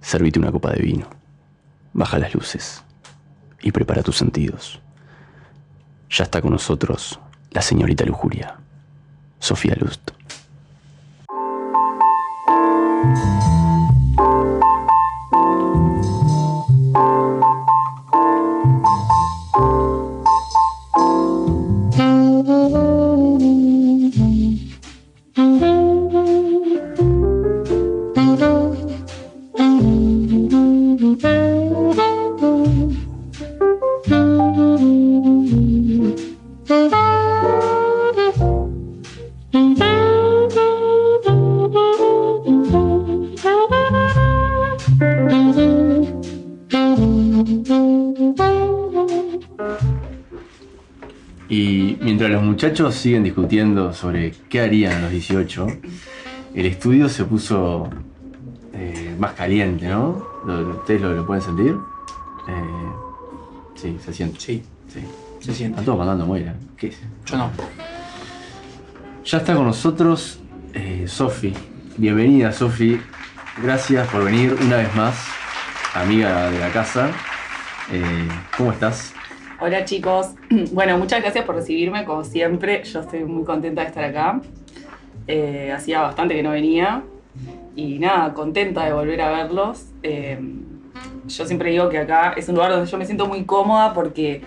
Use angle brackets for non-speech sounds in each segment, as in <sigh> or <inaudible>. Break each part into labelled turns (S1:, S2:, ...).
S1: Servite una copa de vino, baja las luces y prepara tus sentidos. Ya está con nosotros la señorita Lujuria, Sofía Lust. Y mientras los muchachos siguen discutiendo sobre qué harían los 18, el estudio se puso eh, más caliente, ¿no? Lo- lo- ¿Ustedes lo, lo pueden sentir? Eh, sí, se siente.
S2: Sí,
S1: Sí.
S2: se
S1: Están
S2: siente.
S1: todos mandando muela. ¿Qué es?
S2: Yo no.
S1: Ya está con nosotros eh, Sofi. Bienvenida, Sofi. Gracias por venir una vez más, amiga de la casa. Eh, ¿Cómo estás?
S3: Hola chicos, <clears throat> bueno, muchas gracias por recibirme, como siempre, yo estoy muy contenta de estar acá. Eh, hacía bastante que no venía y nada, contenta de volver a verlos. Eh, yo siempre digo que acá es un lugar donde yo me siento muy cómoda porque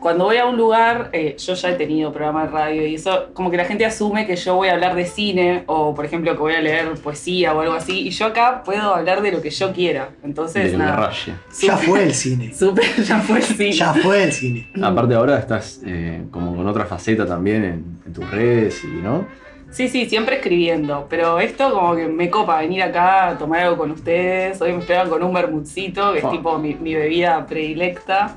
S3: cuando voy a un lugar, eh, yo ya he tenido programa de radio y eso, como que la gente asume que yo voy a hablar de cine o por ejemplo que voy a leer poesía o algo así y yo acá puedo hablar de lo que yo quiera. Entonces,
S1: de la
S3: nada,
S1: Raye.
S2: Ya fue el cine.
S3: <laughs> súper, ya fue el cine.
S2: Ya fue el cine.
S1: Aparte ahora estás eh, como con otra faceta también en, en tus redes y no.
S3: Sí, sí, siempre escribiendo, pero esto como que me copa venir acá a tomar algo con ustedes. Hoy me esperan con un bermudcito, que es
S1: Ah.
S3: tipo mi, mi bebida predilecta.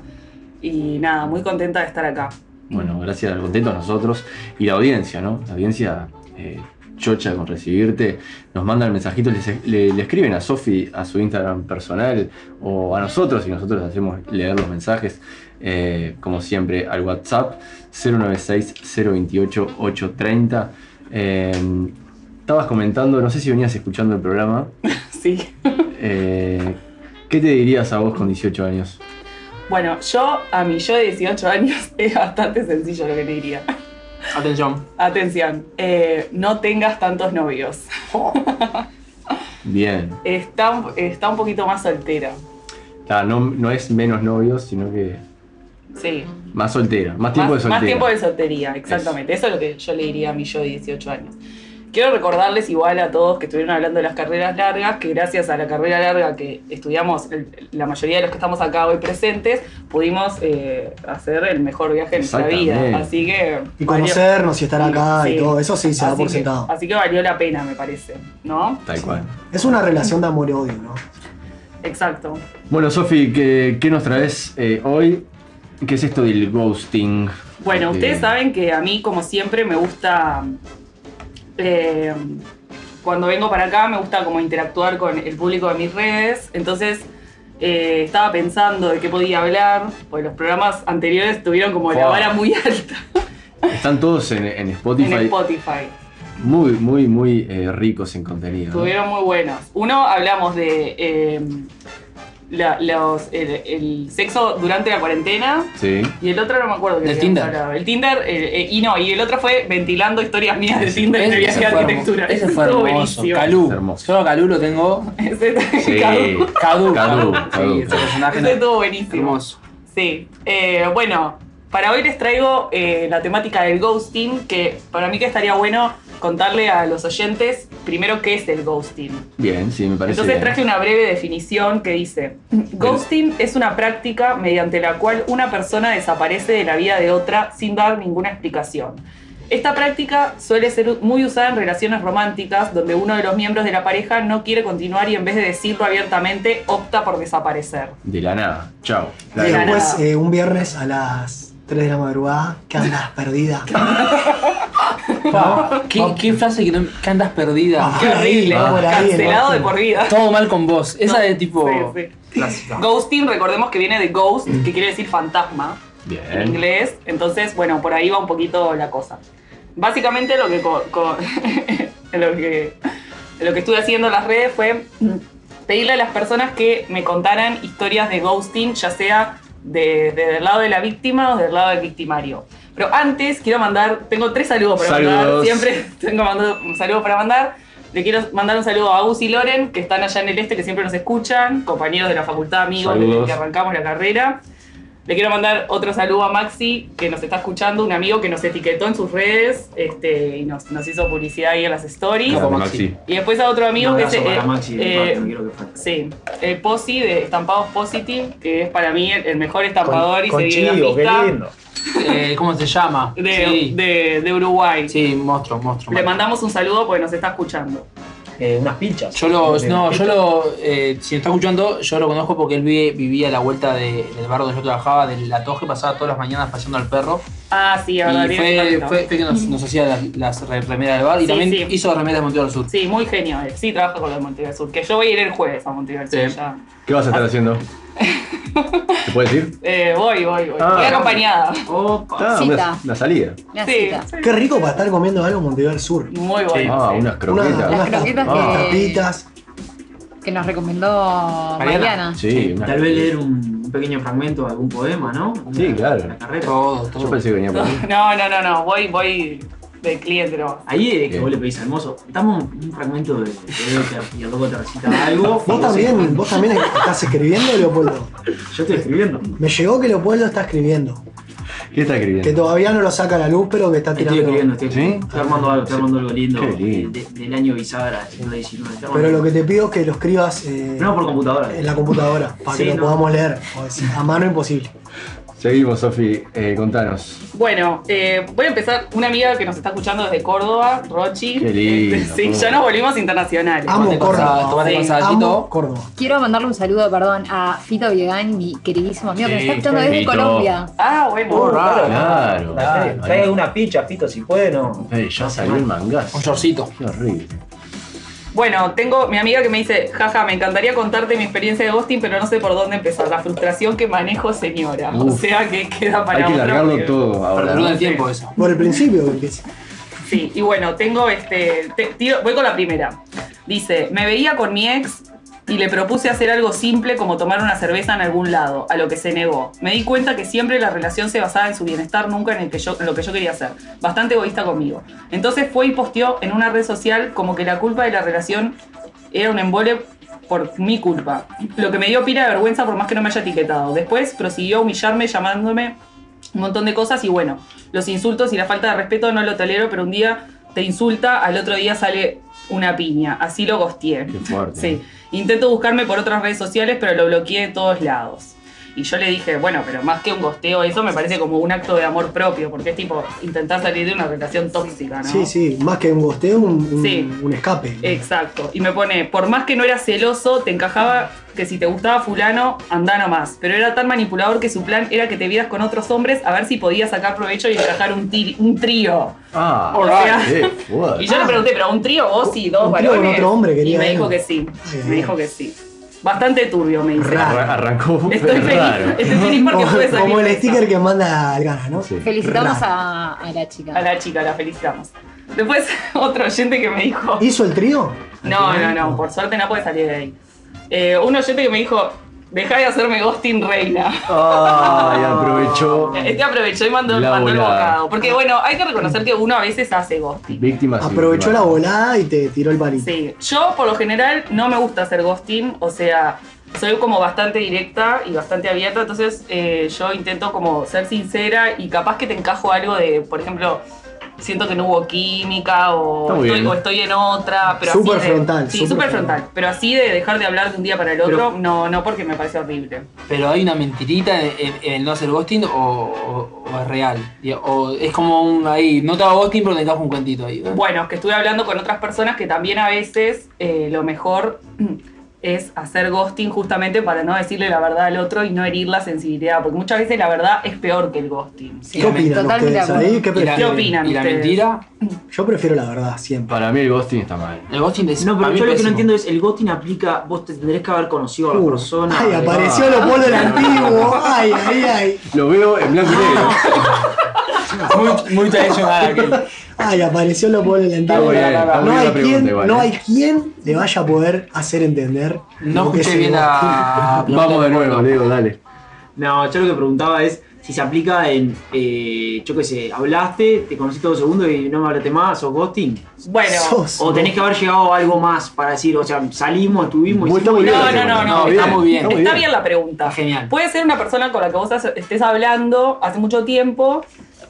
S3: Y nada, muy contenta de estar acá. <laughs>
S1: Bueno, gracias al contento a nosotros y la audiencia, ¿no? La audiencia eh, chocha con recibirte, nos mandan mensajitos, les- le, le escriben a Sofi a su Instagram personal o a nosotros y nosotros hacemos leer los mensajes, eh, como siempre, al WhatsApp 096-028-830. Eh, estabas comentando, no sé si venías escuchando el programa,
S3: Sí.
S1: eh, ¿qué te dirías a vos con 18 años?
S3: Bueno, yo a mi yo de 18 años <laughs> es bastante sencillo lo que te diría.
S2: Atención.
S3: Atención, eh, no tengas tantos novios.
S1: Bien.
S3: Está, un- está un poquito más soltera.
S1: Claro, no, no es menos novios, sino que
S3: Sí.
S1: más soltera, más tiempo de
S3: más,
S1: soltera.
S3: más tiempo de soltería, exactamente. Eso. es lo que yo le diría a mi yo de 18 años. Quiero recordarles igual a todos que estuvieron hablando de las carreras largas, que gracias a la carrera larga que estudiamos, el- la mayoría de los que estamos acá hoy presentes, pudimos eh, hacer el mejor viaje de nuestra
S1: Exactamente.
S3: vida. Así que...
S2: Y
S3: valió-
S2: conocernos y estar acá y
S3: Sí.
S2: todo. Eso sí se da
S3: así
S2: por
S3: que-
S2: sentado.
S3: Así que valió la pena, me parece, ¿no?
S1: Tal cual.
S2: Es una relación de amor-odio, ¿no?
S3: Exacto.
S1: Bueno, Sofi, ¿qué, qué nos traes eh, hoy? ¿Qué es esto del ghosting?
S3: Bueno,
S1: Porque-
S3: ustedes saben que a mí, como siempre, me gusta. eh, cuando vengo para acá, me gusta como interactuar con el público de mis redes. Entonces, eh, estaba pensando de qué podía hablar, porque los programas anteriores tuvieron como la
S1: Fua.
S3: vara muy <laughs> alta
S1: Están todos en, en Spotify,
S3: en Spotify.
S1: muy, muy, muy eh, ricos en contenido. ¿no?
S3: Estuvieron muy buenos. Uno, hablamos de. eh, la- los- el, el sexo durante la cuarentena.
S1: Sí.
S3: Y el otro no me acuerdo. que
S4: Del
S3: habíamos
S4: Tinder.
S3: hablado. El Tinder, eh, eh, y no, y el otro fue ventilando historias mías de
S1: Ese-
S3: Tinder en el viaje de
S4: Ese fue
S3: arquitectura.
S4: hermoso. Ese fue
S3: Estuvo
S4: hermoso.
S3: buenísimo.
S4: Calú.
S1: Es hermoso.
S4: Yo a Calú lo tengo.
S3: <laughs> Ese,
S1: Sí.
S3: Calú.
S1: Cadu,
S4: Cadu.
S1: Cadu,
S4: Sí, ese
S1: Cadu.
S4: personaje
S3: Ese estuvo buenísimo.
S4: hermoso.
S3: Sí. Eh, bueno, para hoy les traigo eh, la temática del ghosting, que para mí que estaría bueno contarle a los oyentes primero qué es el ghosting.
S1: Bien, sí, me parece.
S3: Entonces
S1: bien.
S3: traje una breve definición que dice, ghosting es una práctica mediante la cual una persona desaparece de la vida de otra sin dar ninguna explicación. Esta práctica suele ser muy usada en relaciones románticas, donde uno de los miembros de la pareja no quiere continuar y en vez de decirlo abiertamente opta por desaparecer.
S1: De la nada. Chao.
S2: Y
S3: Claro.
S2: después, eh, un viernes a las 3 de la madrugada, que andas
S3: <laughs>
S2: perdida.
S4: Pa, ¿Qué,
S2: Vamos.
S4: qué frase que, no, que andas perdida.
S2: Ah,
S3: Qué horrible,
S2: va por ahí,
S3: cancelado de
S2: ¿no?
S3: por vida.
S4: Todo mal con vos. Esa
S3: No,
S4: de tipo.
S3: sí, sí.
S4: Clásica.
S3: Ghosting, recordemos que viene de ghost, que quiere decir fantasma. en
S1: Bien.
S3: inglés. Entonces, bueno, por ahí va un poquito la cosa. Básicamente <laughs> lo que, co- co- lo que, lo que estuve haciendo en las redes fue pedirle a las personas que me contaran historias de ghosting, ya sea de- de- del lado de la víctima o del lado del victimario. Pero antes quiero mandar, tengo tres saludos para mandar,
S5: Saludos.
S3: siempre <laughs> tengo mando- saludos para mandar. Le quiero mandar un saludo a Agus y Loren, que están allá en el este, que siempre nos escuchan, compañeros de la facultad, amigos, desde
S5: Saludos.
S3: que arrancamos la carrera. Le quiero mandar otro saludo a Maxi, que nos está escuchando, un amigo que nos etiquetó en sus redes este, y nos, nos hizo publicidad ahí en las stories.
S5: Claro,
S4: Maxi.
S5: Maxi.
S3: Y después a otro amigo
S6: Un
S3: que es
S6: abrazo para
S3: eh,
S6: Maxi,
S3: eh,
S6: Marta, no quiero que falte.
S3: sí, el Posi de Estampados Positive, que es para mí el, el mejor estampador y
S6: con Chivo, qué
S3: serigrafista
S6: lindo.
S4: Eh, ¿Cómo se llama?
S3: de,
S4: sí.
S3: de- de Uruguay.
S4: Sí, monstruo, monstruo.
S3: Le
S4: Marta.
S3: mandamos un saludo porque nos está escuchando.
S6: Eh, unas pinchas.
S4: Yo lo,
S6: De
S4: no,
S6: las
S4: yo
S6: pinchas.
S4: lo, eh, si me está escuchando, yo lo conozco porque él vive- vivía a la vuelta de- del bar donde yo trabajaba, del atoje, pasaba todas las mañanas paseando al perro.
S3: Ah, sí, la verdad,
S4: y
S3: tiene
S4: fue,
S3: contacto.
S4: fue- fue que nos, nos hacía las, las re- remeras del bar y
S3: Sí,
S4: también
S3: sí.
S4: hizo remeras de Montevideo del Sur.
S3: Sí, muy genial. Sí, trabaja con los de Montevideo Sur, que yo voy a ir el jueves a Montevideo Sur
S4: Sí.
S3: ya.
S5: ¿Qué vas a estar haciendo? ¿Te puedes ir?
S3: Eh, voy, voy, voy.
S5: Ah.
S3: voy acompañada.
S6: Opa.
S5: Ah,
S7: Cita.
S5: una, una salida.
S7: Una
S3: Sí.
S7: cita.
S2: Qué rico para estar comiendo algo en Montevideo del Sur.
S3: Muy bueno.
S5: Ah,
S3: sí.
S5: unas
S2: Unas,
S5: croquetas.
S2: unas
S7: Las croquetas
S2: tap-
S7: que-
S2: tapitas.
S7: Que nos recomendó Mariana.
S5: Sí, unas-
S6: Tal vez leer un, un pequeño fragmento de algún poema, ¿no?
S5: Sí,
S6: Una-
S5: claro.
S6: una carrera.
S4: Todo,
S5: Yo
S4: todo.
S5: pensé que venía por ahí.
S3: No, no, no, no. Voy, voy de cliente nomás.
S6: Ahí es que
S5: Bien.
S6: vos le pedís al mozo, dame un, un fragmento de, de Decker", y el loco te recita algo.
S2: Vos también, vos también estás escribiendo, Leopoldo.
S6: Yo estoy escribiendo.
S2: Me llegó que Leopoldo está escribiendo.
S5: ¿Qué está
S2: Que
S5: escribiendo?
S2: todavía no lo saca a la luz, pero que está
S6: Estoy escribiendo,
S2: tirando.
S6: estoy,
S5: ¿Sí?
S6: estoy armando algo, estoy armando algo lindo,
S5: Qué lindo.
S6: de- del año Bisagra, del siglo XIX. Estoy
S2: Pero
S6: armando-
S2: lo que te pido es que lo escribas eh,
S6: No por computadora.
S2: en la computadora, para que
S6: Sí,
S2: lo
S6: no.
S2: podamos leer. O sea, A mano imposible.
S5: Seguimos, Sofi. Eh, contanos.
S3: Bueno, eh, voy a empezar. Una amiga que nos está escuchando desde Córdoba, Rochi.
S5: Qué lindo,
S3: Este, <laughs> sí,
S5: cómo.
S3: ya nos volvimos internacionales.
S2: Amo
S4: Tomate
S2: Córdoba.
S4: pasada, tomate
S3: Sí,
S2: Amo
S4: pasadito.
S2: Córdoba.
S7: Quiero mandarle un saludo, perdón, a Fito Viegán, mi queridísimo amigo que nos
S4: Sí,
S7: está escuchando desde
S5: Fito.
S7: Colombia.
S3: Ah, bueno.
S6: Oh,
S4: raro.
S5: Claro.
S6: Trae trae una pincha, Fito, si puede, no.
S5: Eh, ya salió el mangazo.
S4: Un shortcito.
S5: Qué horrible.
S3: Bueno, tengo mi amiga que me dice, jaja, me encantaría contarte mi experiencia de ghosting, pero no sé por dónde empezar. La frustración que manejo, señora. o
S5: Uf.
S3: sea que queda para
S5: Hay que
S3: otro
S5: largarlo
S3: video.
S5: todo ahora.
S4: Perdón
S5: ¿no?
S4: el tiempo eso.
S2: Por el principio que empieza.
S3: Sí, y bueno, tengo este. te- tiro- voy con la primera. Dice: Me veía con mi ex y le propuse hacer algo simple como tomar una cerveza en algún lado, a lo que se negó. Me di cuenta que siempre la relación se basaba en su bienestar, nunca en, el que yo, en lo que yo quería hacer. Bastante egoísta conmigo. Entonces fue y posteó en una red social como que la culpa de la relación era un embole por mi culpa. Lo que me dio pila de vergüenza por más que no me haya etiquetado. Después prosiguió a humillarme llamándome un montón de cosas y bueno, los insultos y la falta de respeto no lo tolero, pero un día te insulta, al otro día sale una piña. Así lo gosteé.
S5: Qué fuerte.
S3: Sí. Intento buscarme por otras redes sociales, pero lo bloqueé de todos lados. Y yo le dije, bueno, pero más que un gosteo, eso me parece como un acto de amor propio, porque es tipo intentar salir de una relación tóxica, ¿no?
S2: Sí, sí, más que un gosteo, un, un-
S3: Sí.
S2: un escape.
S3: Exacto. Y me pone, por más que no era celoso, te encajaba que si te gustaba fulano, andá nomás. Pero era tan manipulador que su plan era que te vieras con otros hombres a ver si podías sacar provecho y encajar un, tri- un trío.
S5: Ah,
S3: O sea-
S5: qué
S3: Y
S5: fuerte.
S3: yo le pregunté, ¿pero un trío vos y dos
S2: Ah. Un trío con
S3: varones?
S2: otro hombre,
S3: y
S2: quería
S3: me
S2: él.
S3: dijo que sí.
S2: Ay,
S3: Me dijo que sí. Bastante turbio, me dice.
S2: Raro.
S5: Arra- Arrancó
S3: Estoy feliz,
S5: raro.
S3: estoy feliz porque puede
S2: Como,
S3: salir.
S2: como el
S3: de esa.
S2: sticker que manda al gana, ¿no?
S5: Sí.
S7: Felicitamos
S2: Raro.
S7: a, a la chica.
S3: A la chica, la felicitamos. Después, <laughs> otro oyente que me dijo.
S2: ¿Hizo el trío? Ah,
S3: No, no, no, por suerte no puede salir de ahí. Eh, un oyente que me dijo, dejá de hacerme ghosting reina.
S5: Ay, aprovechó.
S2: Oh.
S3: <laughs> Este aprovechó y mandó,
S5: La
S3: mandó el
S5: volada.
S3: bocado. Porque bueno, hay que reconocer que uno a veces hace ghosting.
S5: Víctima. sí,
S2: Aprovechó la
S5: claro.
S2: volada y te tiró el palito.
S3: Sí, yo por lo general no me gusta hacer ghosting, o sea, soy como bastante directa y bastante abierta, entonces eh, yo intento como ser sincera y capaz que te encajo algo de, por ejemplo, siento que no hubo química
S5: Está
S3: o,
S5: muy
S3: estoy,
S5: bien.
S3: o estoy en otra, pero
S2: Súper
S3: así de-
S2: frontal,
S3: Sí,
S2: súper
S3: súper
S2: frontal.
S3: frontal. pero así de dejar de hablar de un día para el otro,
S6: Pero-
S3: no, no porque me parece horrible.
S4: Pero hay una mentirita en, en- en el no hacer ghosting o, o- o es real. Digo, O es como un ahí, no te hago ghosting pero te encajo un cuentito ahí.
S3: Bueno, es que estuve hablando con otras personas que también a veces eh, lo mejor <clears throat> es hacer ghosting justamente para no decirle la verdad al otro y no herir la sensibilidad, porque muchas veces la verdad es peor que el ghosting.
S7: Sí,
S2: ¿Qué opinan
S7: totalmente
S2: ustedes
S7: de acuerdo.
S2: ahí? ¿Qué
S4: ¿Y la,
S3: ¿Qué
S2: prefieren?
S3: opinan
S4: y la
S3: ustedes?
S4: mentira?
S2: Yo prefiero la verdad, siempre.
S5: Para mí el ghosting está mal.
S4: El ghosting es
S6: No,
S4: para
S6: pero
S4: mí
S6: yo lo que
S4: pésimo.
S6: no entiendo es, el ghosting aplica, vos te tendrés que haber conocido a la
S2: Uh,
S6: persona.
S2: ay, apareció Leopoldo el antiguo. Ay, ay, ay.
S5: Ah. Lo veo en blanco y negro.
S4: <laughs> Muy, muy tradicional aquí.
S2: Ay, apareció lo pone en
S5: Está
S2: la
S5: muy bien,
S4: no,
S5: está muy
S2: No
S5: bien
S2: hay,
S5: la
S2: quien,
S5: pregunta igual.
S2: no
S5: ¿eh?
S2: hay quien le vaya a poder hacer entender.
S4: No
S2: lo que
S4: escuché
S2: es el
S4: bien
S5: <laughs>
S4: a.
S5: Vamos de nuevo, Leo, dale.
S6: No, yo lo que preguntaba es si se aplica en, eh, yo qué sé, hablaste, te conociste dos segundos y no me hablaste más, sos ghosting.
S3: Bueno,
S2: Sos,
S6: O tenés que haber llegado a algo más para decir, o sea, salimos, estuvimos,
S5: Muy- está muy
S6: hicimos-
S5: bien
S3: No,
S5: la
S3: no,
S5: pregunta.
S3: no, no,
S4: está muy bien.
S5: muy
S3: está bien la pregunta.
S4: Está genial.
S3: Puede ser una persona con la que vos has- estés hablando hace mucho tiempo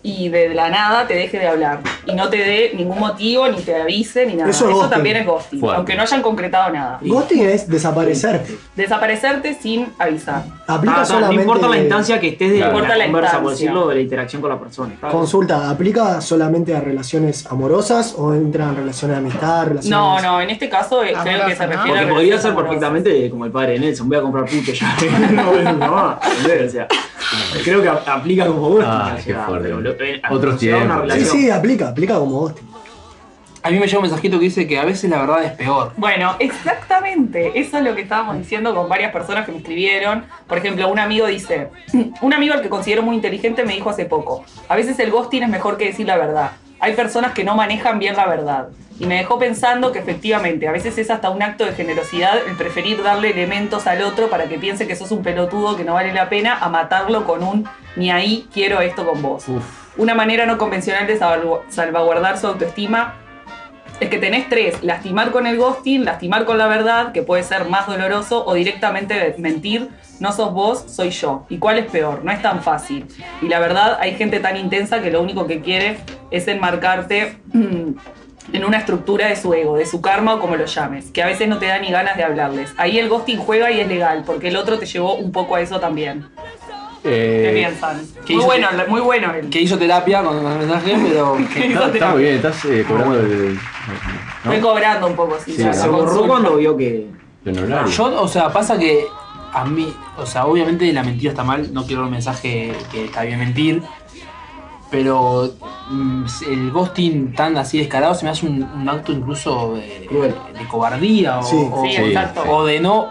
S3: y de la nada te deje de hablar y no te dé ningún motivo, ni te avise, ni nada.
S2: Eso
S3: Eso,
S2: es ghosting.
S3: también es ghosting,
S5: Fuerte.
S3: aunque no hayan concretado nada.
S2: Ghosting es desaparecer.
S3: Desaparecerte sin avisar.
S2: Aplica
S6: Ah, o sea, no
S2: solamente.
S6: importa la instancia que estés de
S5: Claro.
S6: la
S5: No
S3: importa la
S6: conversa, por
S3: instancia.
S6: decirlo, de la interacción con la persona.
S2: Consulta, ¿aplica solamente a relaciones amorosas o entra en relaciones de amistad, relaciones
S3: No, no, en este caso eh, creo que
S7: Amorosa,
S3: se
S7: ¿no?
S3: refiere a
S6: Porque
S3: relaciones
S6: podría ser
S3: amorosas.
S6: perfectamente como el padre de Nelson, voy a comprar puto ya. <laughs> no, bueno, no, más, ¿entendés? o sea, creo que a- aplica como vos.
S5: Ah,
S6: o
S5: qué
S6: sea,
S5: fuerte.
S6: pero lo- eh,
S5: Otros
S6: o sea, una
S5: tiempos.
S2: Sí,
S6: relación.
S2: sí, aplica, aplica como ghosting.
S4: A mí me llegó un mensajito que dice que a veces la verdad es peor.
S3: Bueno, exactamente. Eso es lo que estábamos diciendo con varias personas que me escribieron. Por ejemplo, un amigo dice, un amigo al que considero muy inteligente me dijo hace poco, a veces el ghosting es mejor que decir la verdad. Hay personas que no manejan bien la verdad. Y me dejó pensando que efectivamente, a veces es hasta un acto de generosidad el preferir darle elementos al otro para que piense que sos un pelotudo que no vale la pena a matarlo con un ni ahí quiero esto con vos. Una manera no convencional de salvagu- salvaguardar su autoestima es que tenés tres, lastimar con el ghosting, lastimar con la verdad, que puede ser más doloroso, o directamente mentir, no sos vos, soy yo. ¿Y cuál es peor? No es tan fácil. Y la verdad, hay gente tan intensa que lo único que quiere es enmarcarte mm, en una estructura de su ego, de su karma o como lo llames, que a veces no te da ni ganas de hablarles. Ahí el ghosting juega y es legal, porque el otro te llevó un poco a eso también. ¿Qué
S5: Eh,
S3: piensan?
S4: ¿qué
S3: Muy
S4: hizo-
S3: bueno, muy bueno. el-
S4: Que hizo terapia con el mensaje, pero.
S5: está, está muy bien, estás eh, cobrando el, ¿no?
S3: Estoy cobrando un poco, sí.
S5: Sí,
S3: ya,
S6: Se
S3: la
S6: borró
S3: consulta.
S6: cuando vio que.
S5: el honorario.
S4: Yo, o sea, pasa que a mí, o sea, obviamente la mentira está mal, no quiero dar un mensaje que está bien mentir, pero mm, el ghosting tan así descarado se me hace un, un acto incluso de,
S6: Cruel.
S4: de cobardía o,
S2: Sí.
S4: o-
S3: Sí, exacto.
S4: o de no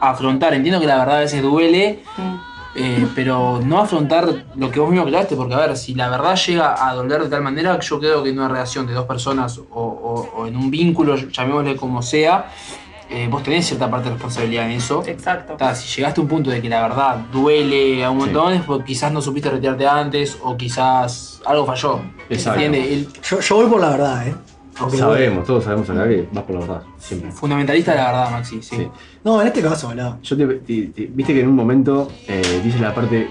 S4: afrontar. Entiendo que la verdad a veces duele,
S3: Mm.
S4: eh, pero no afrontar lo que vos mismo aclaraste, porque a ver, si la verdad llega a doler de tal manera, yo creo que en una relación de dos personas o, o- o en un vínculo, llamémosle como sea, eh, vos tenés cierta parte de responsabilidad en eso.
S3: Exacto.
S4: Está, si llegaste a un punto de que la verdad duele a un montón, es porque quizás no supiste retirarte antes o quizás algo falló.
S5: Exacto.
S4: ¿Entiendes?
S2: Yo, yo voy por la verdad, ¿eh? Aunque lo-
S5: Sabemos, todos sabemos acá que vas por la verdad, siempre.
S4: El fundamentalista de la verdad, Maxi, sí.
S5: Sí.
S2: No, en este caso, no.
S5: Yo te, te- te- viste que en un momento eh, dice la parte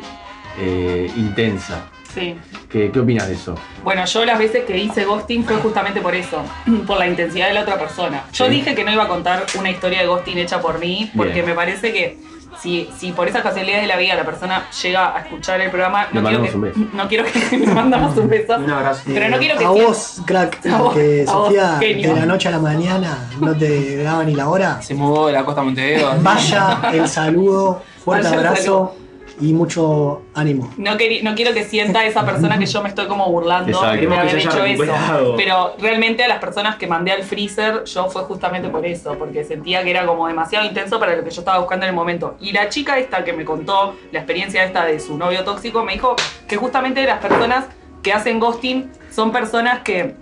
S5: eh, intensa.
S3: Sí.
S5: ¿Qué, ¿Qué opinas de eso?
S3: Bueno, yo las veces que hice ghosting fue justamente por eso, <clears throat> por la intensidad de la otra persona. Yo
S5: Sí.
S3: dije que no iba a contar una historia de ghosting hecha por mí, porque
S5: Bien.
S3: me parece que si, si por esas casualidades de la vida la persona llega a escuchar el programa,
S5: Le
S3: no quiero,
S5: mandamos
S3: que,
S5: un beso.
S3: <laughs> no quiero que le mandamos un beso.
S6: Un abrazo.
S3: Pero no quiero que
S2: A
S3: sienta-
S2: vos, crack,
S3: A vos,
S2: porque
S3: a vos,
S2: Sofía,
S3: genio.
S2: de la noche a la mañana no te daba ni la hora.
S4: Se mudó de la costa a Montevideo.
S2: Vaya el saludo, fuerte
S3: Vaya el
S2: abrazo y mucho ánimo.
S3: No, queri- no quiero que sienta esa persona que yo me estoy como burlando
S5: Exacto.
S3: de
S5: Queremos
S6: que
S3: haber
S6: se haya
S3: hecho eso.
S6: recuperado.
S3: Pero realmente a las personas que mandé al freezer, yo fue justamente por eso, porque sentía que era como demasiado intenso para lo que yo estaba buscando en el momento. Y la chica esta que me contó la experiencia esta de su novio tóxico, me dijo que justamente las personas que hacen ghosting son personas que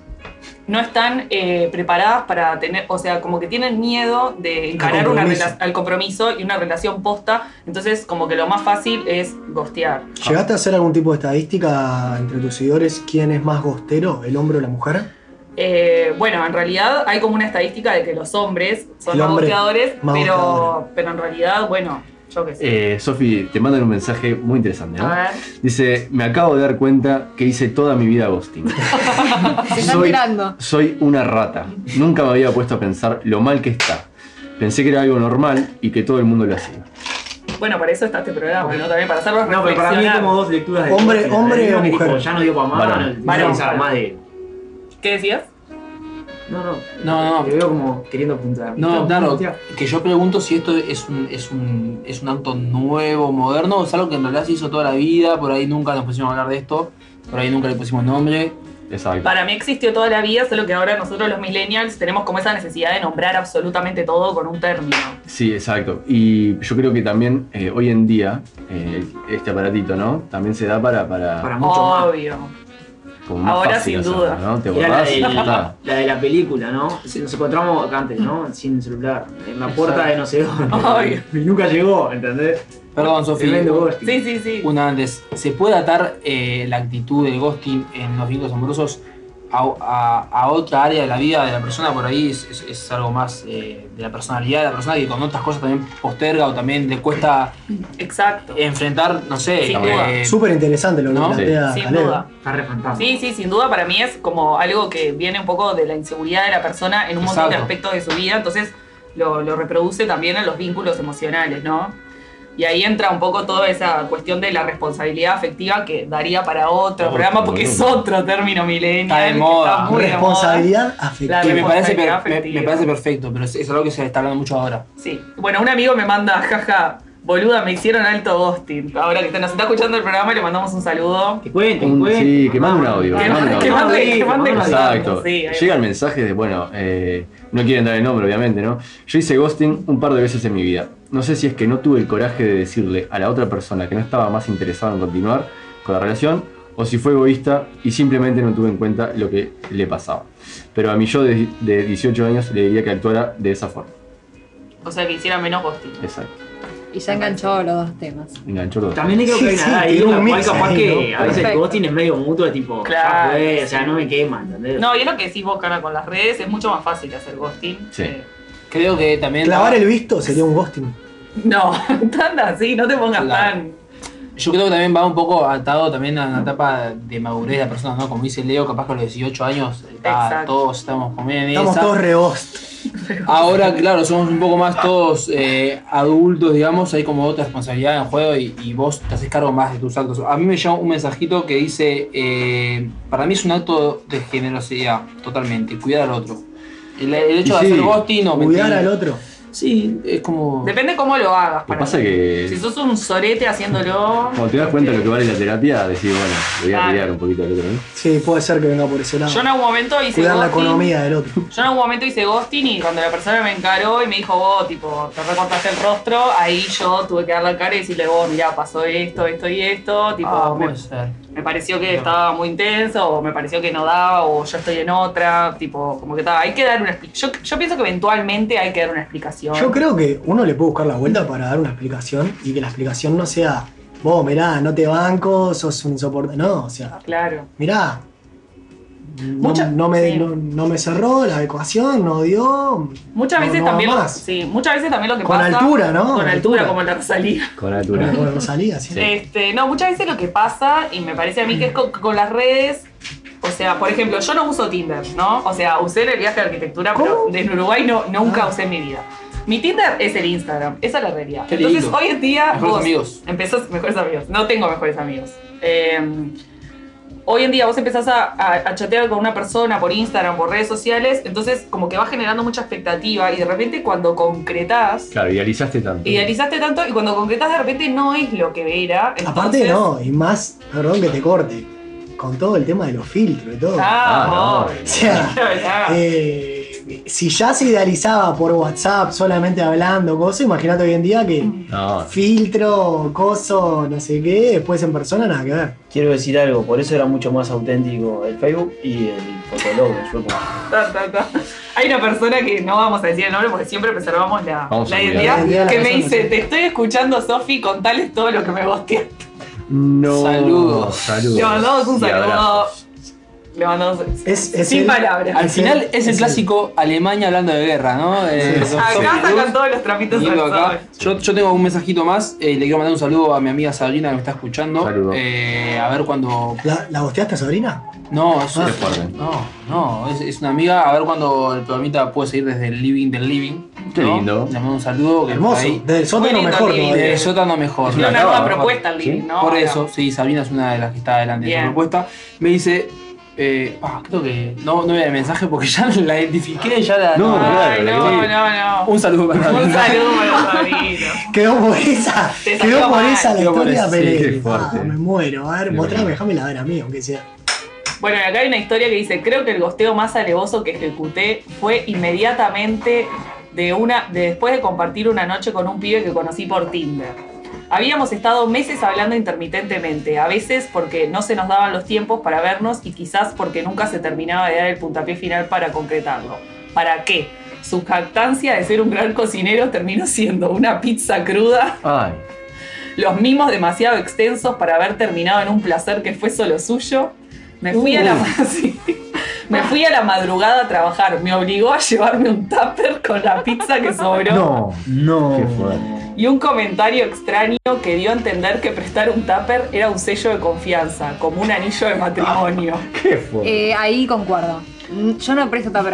S3: no están eh, preparadas para tener, o sea, como que tienen miedo de encarar una
S2: compromiso.
S3: rela- al compromiso y una relación posta, entonces como que lo más fácil es ghostear.
S2: ¿Llegaste a hacer algún tipo de estadística entre tus seguidores? ¿Quién es más gostero, el hombre o la mujer?
S3: Eh, bueno, en realidad hay como una estadística de que los hombres son
S2: El
S3: más
S2: hombre
S3: boxeadores,
S2: más boxeador.
S3: pero, pero en realidad, bueno, yo qué sé.
S5: Eh, Sofi, te mandan un mensaje muy interesante,
S3: A
S5: ¿no?
S3: ver,
S5: Dice, me acabo de dar cuenta que hice toda mi
S3: <laughs>
S5: vida ghosting.
S7: Se está
S5: Soy-
S7: tirando.
S5: Soy una rata. Nunca me había puesto a pensar lo mal que está. Pensé que era algo normal y que todo el mundo lo hacía.
S3: bueno, para eso está este programa, ¿no? También para hacerlos
S6: No, pero para mí es
S3: reflexionar.
S6: como dos lecturas de.
S2: Hombre-
S6: de-
S2: hombre
S6: de-
S2: o
S6: de-
S2: mujer.
S6: como Ya no dio para más.
S5: Varón.
S6: no,
S3: Varón.
S6: esa más de.
S3: ¿Qué decías?
S6: No, no.
S4: No, no.
S6: Te veo como queriendo apuntar.
S4: No, claro,
S6: Hostia.
S4: que yo pregunto si esto es un, es un, es un acto nuevo, moderno, o es algo que en realidad se hizo toda la vida, por ahí nunca nos pusimos a hablar de esto, por ahí nunca le pusimos nombre.
S5: Exacto.
S3: Para mí existió toda la vida, solo que ahora nosotros los millennials tenemos como esa necesidad de nombrar absolutamente todo con un término.
S5: Sí, exacto. Y yo creo que también eh, hoy en día eh, este aparatito, ¿no? También se da para, para,
S3: Ah.
S6: Para mucho más.
S3: Obvio.
S5: como más
S3: Ahora,
S5: fácil
S3: sin
S5: hacerlo,
S3: duda.
S5: ¿no? Te
S6: Era la
S5: borrás y ya
S6: del-
S5: está.
S6: la de la película, ¿no? Si Nos encontramos acá antes, ¿no? Sin celular. En la puerta de no sé dónde.
S3: Obvio.
S6: Y nunca llegó, ¿entendés?
S4: Perdón, Sofía.
S6: Tremendo ghosting.
S3: Sí, sí, sí.
S4: Una antes. ¿Se puede atar eh, la actitud del ghosting en los vínculos amorosos a, a- a otra área de la vida de la persona? Por ahí es, es- es algo más eh, de la personalidad de la persona que con otras cosas también posterga o también le cuesta
S3: Exacto.
S6: Eh,
S4: enfrentar, no sé,
S3: Sin
S4: eh,
S3: duda.
S2: Súper interesante lo que
S4: ¿No?
S2: plantea
S3: Sin
S2: Alejo.
S3: duda.
S6: Está re fantasma.
S3: Sí, sí, sin duda para mí es como algo que viene un poco de la inseguridad de la persona en un montón de
S4: Exacto.
S3: aspectos de su vida, entonces lo, lo reproduce también en los vínculos emocionales, ¿no? Y ahí entra un poco toda esa cuestión de la responsabilidad afectiva que daría para otro
S5: Otro,
S3: programa, porque es
S5: boludo.
S3: otro término milenial.
S4: Está de moda.
S3: muy ¿eh? de
S2: Responsabilidad
S3: La
S2: afectiva.
S4: que me parece, per-
S3: responsabilidad
S4: me-
S3: afectiva.
S4: me parece perfecto, pero es, es algo que se está hablando mucho ahora.
S3: Sí. Bueno, un amigo me manda, <laughs> jaja, boluda, me hicieron alto ghosting. Ahora que nos está escuchando el programa, le mandamos un saludo.
S6: Que cuenten,
S5: Un-
S6: que cuenten.
S5: sí, que mande un
S6: Vamos.
S5: audio,
S3: Que
S5: que mande
S3: mande,
S5: un
S3: que
S5: audio.
S3: mande, que mande
S6: Mande,
S3: cosas.
S5: Exacto.
S3: Sí, ahí va.
S5: Llega el mensaje de, bueno, eh, no quieren dar el nombre, obviamente, ¿no? Yo hice ghosting un par de veces en mi vida. No sé si es que no tuve el coraje de decirle a la otra persona que no estaba más interesada en continuar con la relación, o si fue egoísta y simplemente no tuve en cuenta lo que le pasaba. Pero a mi yo de, de 18 años le diría que actuara de esa forma.
S3: O sea, que hiciera menos ghosting.
S5: Exacto.
S7: Y ya enganchó los dos temas.
S5: Enganchó todo.
S6: También creo que hay
S2: Sí, sí,
S6: una edad ahí
S2: tiene
S6: en
S2: un
S6: la cual
S2: mix
S6: capaz
S2: ahí,
S6: que
S5: ¿no?
S6: a veces el
S7: Perfecto.
S6: ghosting es medio mutuo, de tipo,
S3: Claro,
S6: ya fue, o sea,
S3: sí.
S6: no me quema, ¿entendés?
S3: No, y es lo que decís vos, Cana, con las redes es mucho más fácil hacer ghosting.
S5: Sí.
S3: Eh,
S4: Creo que también.
S2: Clavar el visto sería un ghosting.
S3: no, <laughs> tan así, no te pongas
S4: Claro.
S3: tan.
S4: Yo creo que también va un poco atado también a la etapa de madurez de la persona, ¿no? Como dice Leo, capaz que a los 18 años está-
S3: Exacto.
S4: todos estamos comiendo
S2: Estamos todos re ghost.
S4: Ahora, claro, somos un poco más todos eh, adultos, digamos, hay como otra responsabilidad en juego y, y vos te haces cargo más de tus actos. A mí me llegó un mensajito que dice, eh, para mí es un acto de generosidad, totalmente, cuidar al otro. El, el hecho
S5: Y
S4: de
S5: sí,
S4: hacer ghosting o
S2: Cuidar
S4: mentir-
S2: al otro.
S4: Sí, es como...
S3: Depende cómo lo hagas.
S5: Lo que
S3: Para
S5: pasa
S3: mí.
S5: que
S3: Si sos un sorete haciéndolo.
S5: cuando te das cuenta de lo que vale la terapia, decís, bueno, le voy a
S3: Claro.
S5: tirar un poquito al otro, ¿no?
S2: Sí, puede ser que venga por ese lado.
S3: Yo en algún momento hice
S2: Cuidar la
S3: ghosting.
S2: economía del otro.
S3: Yo en algún momento hice ghosting y cuando la persona me encaró y me dijo, vos, tipo, te recortaste el rostro, ahí yo tuve que dar la cara y decirle, vos, mirá, pasó esto, esto y esto. Tipo,
S4: Ah,
S3: me-
S4: puede ser.
S3: me pareció que estaba muy intenso, o me pareció que no daba, o yo estoy en otra, tipo, como que estaba. Hay que dar una explicación. Yo, yo pienso que eventualmente hay que dar una explicación.
S2: Yo creo que uno le puede buscar la vuelta para dar una explicación y que la explicación no sea, vos, mirá, no te banco, sos un insoportable. No, o sea,
S3: Claro.
S2: mirá, no,
S3: Mucha-
S2: no me,
S3: sí.
S2: no, no me cerró la ecuación, no dio.
S3: Muchas
S2: No,
S3: veces
S2: no va
S3: también. lo-
S2: más.
S3: Sí, muchas veces también lo que
S2: Con
S3: pasa.
S2: altura, ¿no?
S3: Con
S2: Con
S3: altura,
S2: altura.
S3: como la Rosalía.
S5: Con altura.
S2: Bueno, no salía, ¿sí?
S3: Este, no, muchas veces lo que pasa, y me parece a mí que es con, con las redes. O sea, por ejemplo, yo no uso Tinder, ¿no? O sea, usé en el viaje de arquitectura, pero desde Uruguay no, nunca
S2: Ah.
S3: usé en mi vida. Mi Tinder es el Instagram, esa es la realidad.
S4: Qué
S3: Entonces,
S4: lindo.
S3: hoy en día.
S4: Mejores
S3: vos-
S4: amigos.
S3: Empezás, mejores amigos. No tengo mejores amigos. Eh, hoy en día vos empezás a, a- a chatear con una persona por Instagram, por redes sociales, entonces como que va generando mucha expectativa y de repente cuando concretás,
S5: Claro, idealizaste tanto.
S3: idealizaste tanto y cuando concretás de repente no es lo que era.
S2: Aparte,
S3: entonces-
S2: no, y más, perdón que te corte, con todo el tema de los filtros y todo.
S3: Ah,
S5: Ah, no.
S2: O
S3: <laughs>
S2: sea, eh, si ya se idealizaba por WhatsApp solamente hablando cosas, imagínate hoy en día que.
S5: No,
S2: filtro, coso, no sé qué, después en persona nada que ver.
S8: Quiero decir algo, por eso era mucho más auténtico el Facebook y el Fotolog. Yo como-
S3: no. Ta, ta, ta. Hay una persona que no vamos a decir el nombre porque siempre preservamos la,
S5: Vamos a
S3: la
S5: cuidar.
S3: identidad,
S2: La identidad de la
S3: que me
S2: persona,
S3: dice,
S2: sí.
S3: te estoy escuchando, Sofi, contales todo lo que me gosteaste.
S5: No.
S4: Saludos.
S5: Saludos.
S3: Le mandamos un
S5: Y
S3: saludo.
S5: abrazos.
S3: Le mandamos
S2: Es, es
S3: sin
S2: el-
S3: palabras.
S4: Al
S2: Es
S4: final
S2: el-
S4: es el
S2: es el-
S4: clásico Alemania hablando de guerra, ¿no? Eh,
S2: Sí.
S4: los
S3: Acá
S4: zombies.
S3: sacan todos los trapitos
S4: Digo
S3: al
S4: acá.
S3: sol.
S4: Yo, yo tengo un mensajito más. eh, le quiero mandar un saludo a mi amiga Sabrina que me está escuchando.
S5: Saludo.
S4: Eh, a ver cuando.
S2: ¿La, la bosteaste, sobrina?
S4: No, es,
S5: Qué fuerte.
S4: no, no, es, es una amiga. A ver cuando el programita puede seguir desde el living del living.
S5: Qué
S4: ¿no?
S5: lindo.
S4: Le mando un saludo. Que por
S2: Hermoso.
S4: ahí-
S2: Desde el sótano
S3: lindo,
S2: mejor
S3: lindo.
S2: todavía.
S4: Desde el sótano mejor.
S5: Sí,
S3: Tiene una
S5: acaba,
S3: nueva
S5: ¿no?
S3: propuesta el
S5: Sí.
S3: living, ¿no?
S4: Por
S3: Ahora.
S4: eso, sí, Sabrina es una de las que está delante de
S3: Bien.
S4: esa propuesta. Me dice, eh, ah, creo que no, no voy el mensaje porque <laughs> ya la identifiqué, ya la...
S5: No,
S3: Ay,
S5: claro, la
S3: no,
S5: que-
S3: no, no.
S4: Un saludo para
S3: Un
S4: Sabrina.
S3: saludo para Sabino.
S2: Quedó por esa,
S3: Te salió
S2: quedó por
S3: mal,
S2: esa la
S4: quedó por
S2: historia,
S4: esa,
S5: sí,
S2: pero
S5: qué fuerte.
S2: ah, me muero. A ver,
S5: Qué
S2: mostrame,
S5: bueno.
S2: déjamela ver a mí, aunque sea.
S3: Bueno, y acá hay una historia que dice, creo que el gosteo más alevoso que ejecuté fue inmediatamente de una, de después de compartir una noche con un pibe que conocí por Tinder. Habíamos estado meses hablando intermitentemente, a veces porque no se nos daban los tiempos para vernos y quizás porque nunca se terminaba de dar el puntapié final para concretarlo. ¿Para qué? Su jactancia de ser un gran cocinero terminó siendo una pizza cruda,
S5: Ay,
S3: los mimos demasiado extensos para haber terminado en un placer que fue solo suyo. Me fui a la ma- <laughs> sí. Me fui a la madrugada a trabajar, me obligó a llevarme un tupper con la pizza que sobró
S5: no.
S8: No.
S5: Qué fuerte.
S3: y un comentario extraño que dio a entender que prestar un tupper era un sello de confianza, como un anillo de matrimonio.
S5: Qué fuerte.
S7: Eh, ahí concuerdo. Mm, Yo no presto tapar.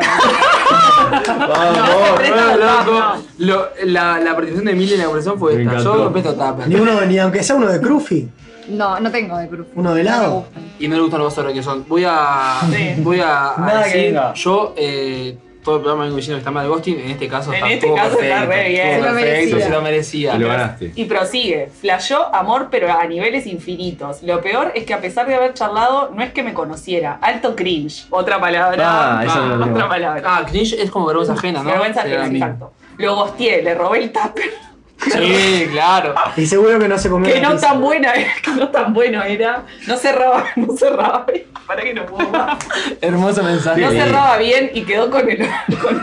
S8: Vamos,
S4: No,
S8: loco.
S4: loco. Lo- la, la participación de Emilia en la conversación fue
S5: Me
S4: esta. Yo
S5: encantó.
S4: no presto tapa.
S2: Ni uno, ni aunque sea uno de Cruffy.
S7: No, no tengo de proof.
S2: ¿Uno de
S7: No me
S2: lado?
S7: gustan.
S4: Y no le gustan los vasos que son. Voy a.
S3: Sí.
S4: Voy <laughs> a, a
S8: Nada que
S4: decir,
S8: venga.
S4: Yo, eh, todo el programa vengo diciendo que está mal el ghosting. En este caso
S3: En
S4: está
S3: este
S4: todo
S3: caso está
S4: perfecto.
S3: re bien.
S4: todo
S7: Se lo
S4: perfecto,
S7: merecía.
S4: se lo merecía.
S5: Te lo ganaste.
S3: Y prosigue, flashó amor pero a niveles infinitos. Lo peor es que a pesar de haber charlado, no es que me conociera. Alto cringe. Otra palabra.
S5: Ah, esa no la tengo.
S3: otra palabra.
S4: Ah, cringe es como vergüenza ajena, ¿no?
S3: Vergüenza
S4: Sí,
S3: ajena,
S4: a mí.
S3: exacto. Lo gosteé, le robé el tupper.
S4: Sí, claro.
S2: Y seguro que no se comió
S3: Que
S2: la
S3: no
S2: pizza.
S3: tan buena era, que no tan bueno era. No cerraba, <laughs> no cerraba bien. Para que no puedo más.
S4: Hermoso mensaje.
S3: No
S5: Sí.
S3: cerraba bien y quedó con el, con-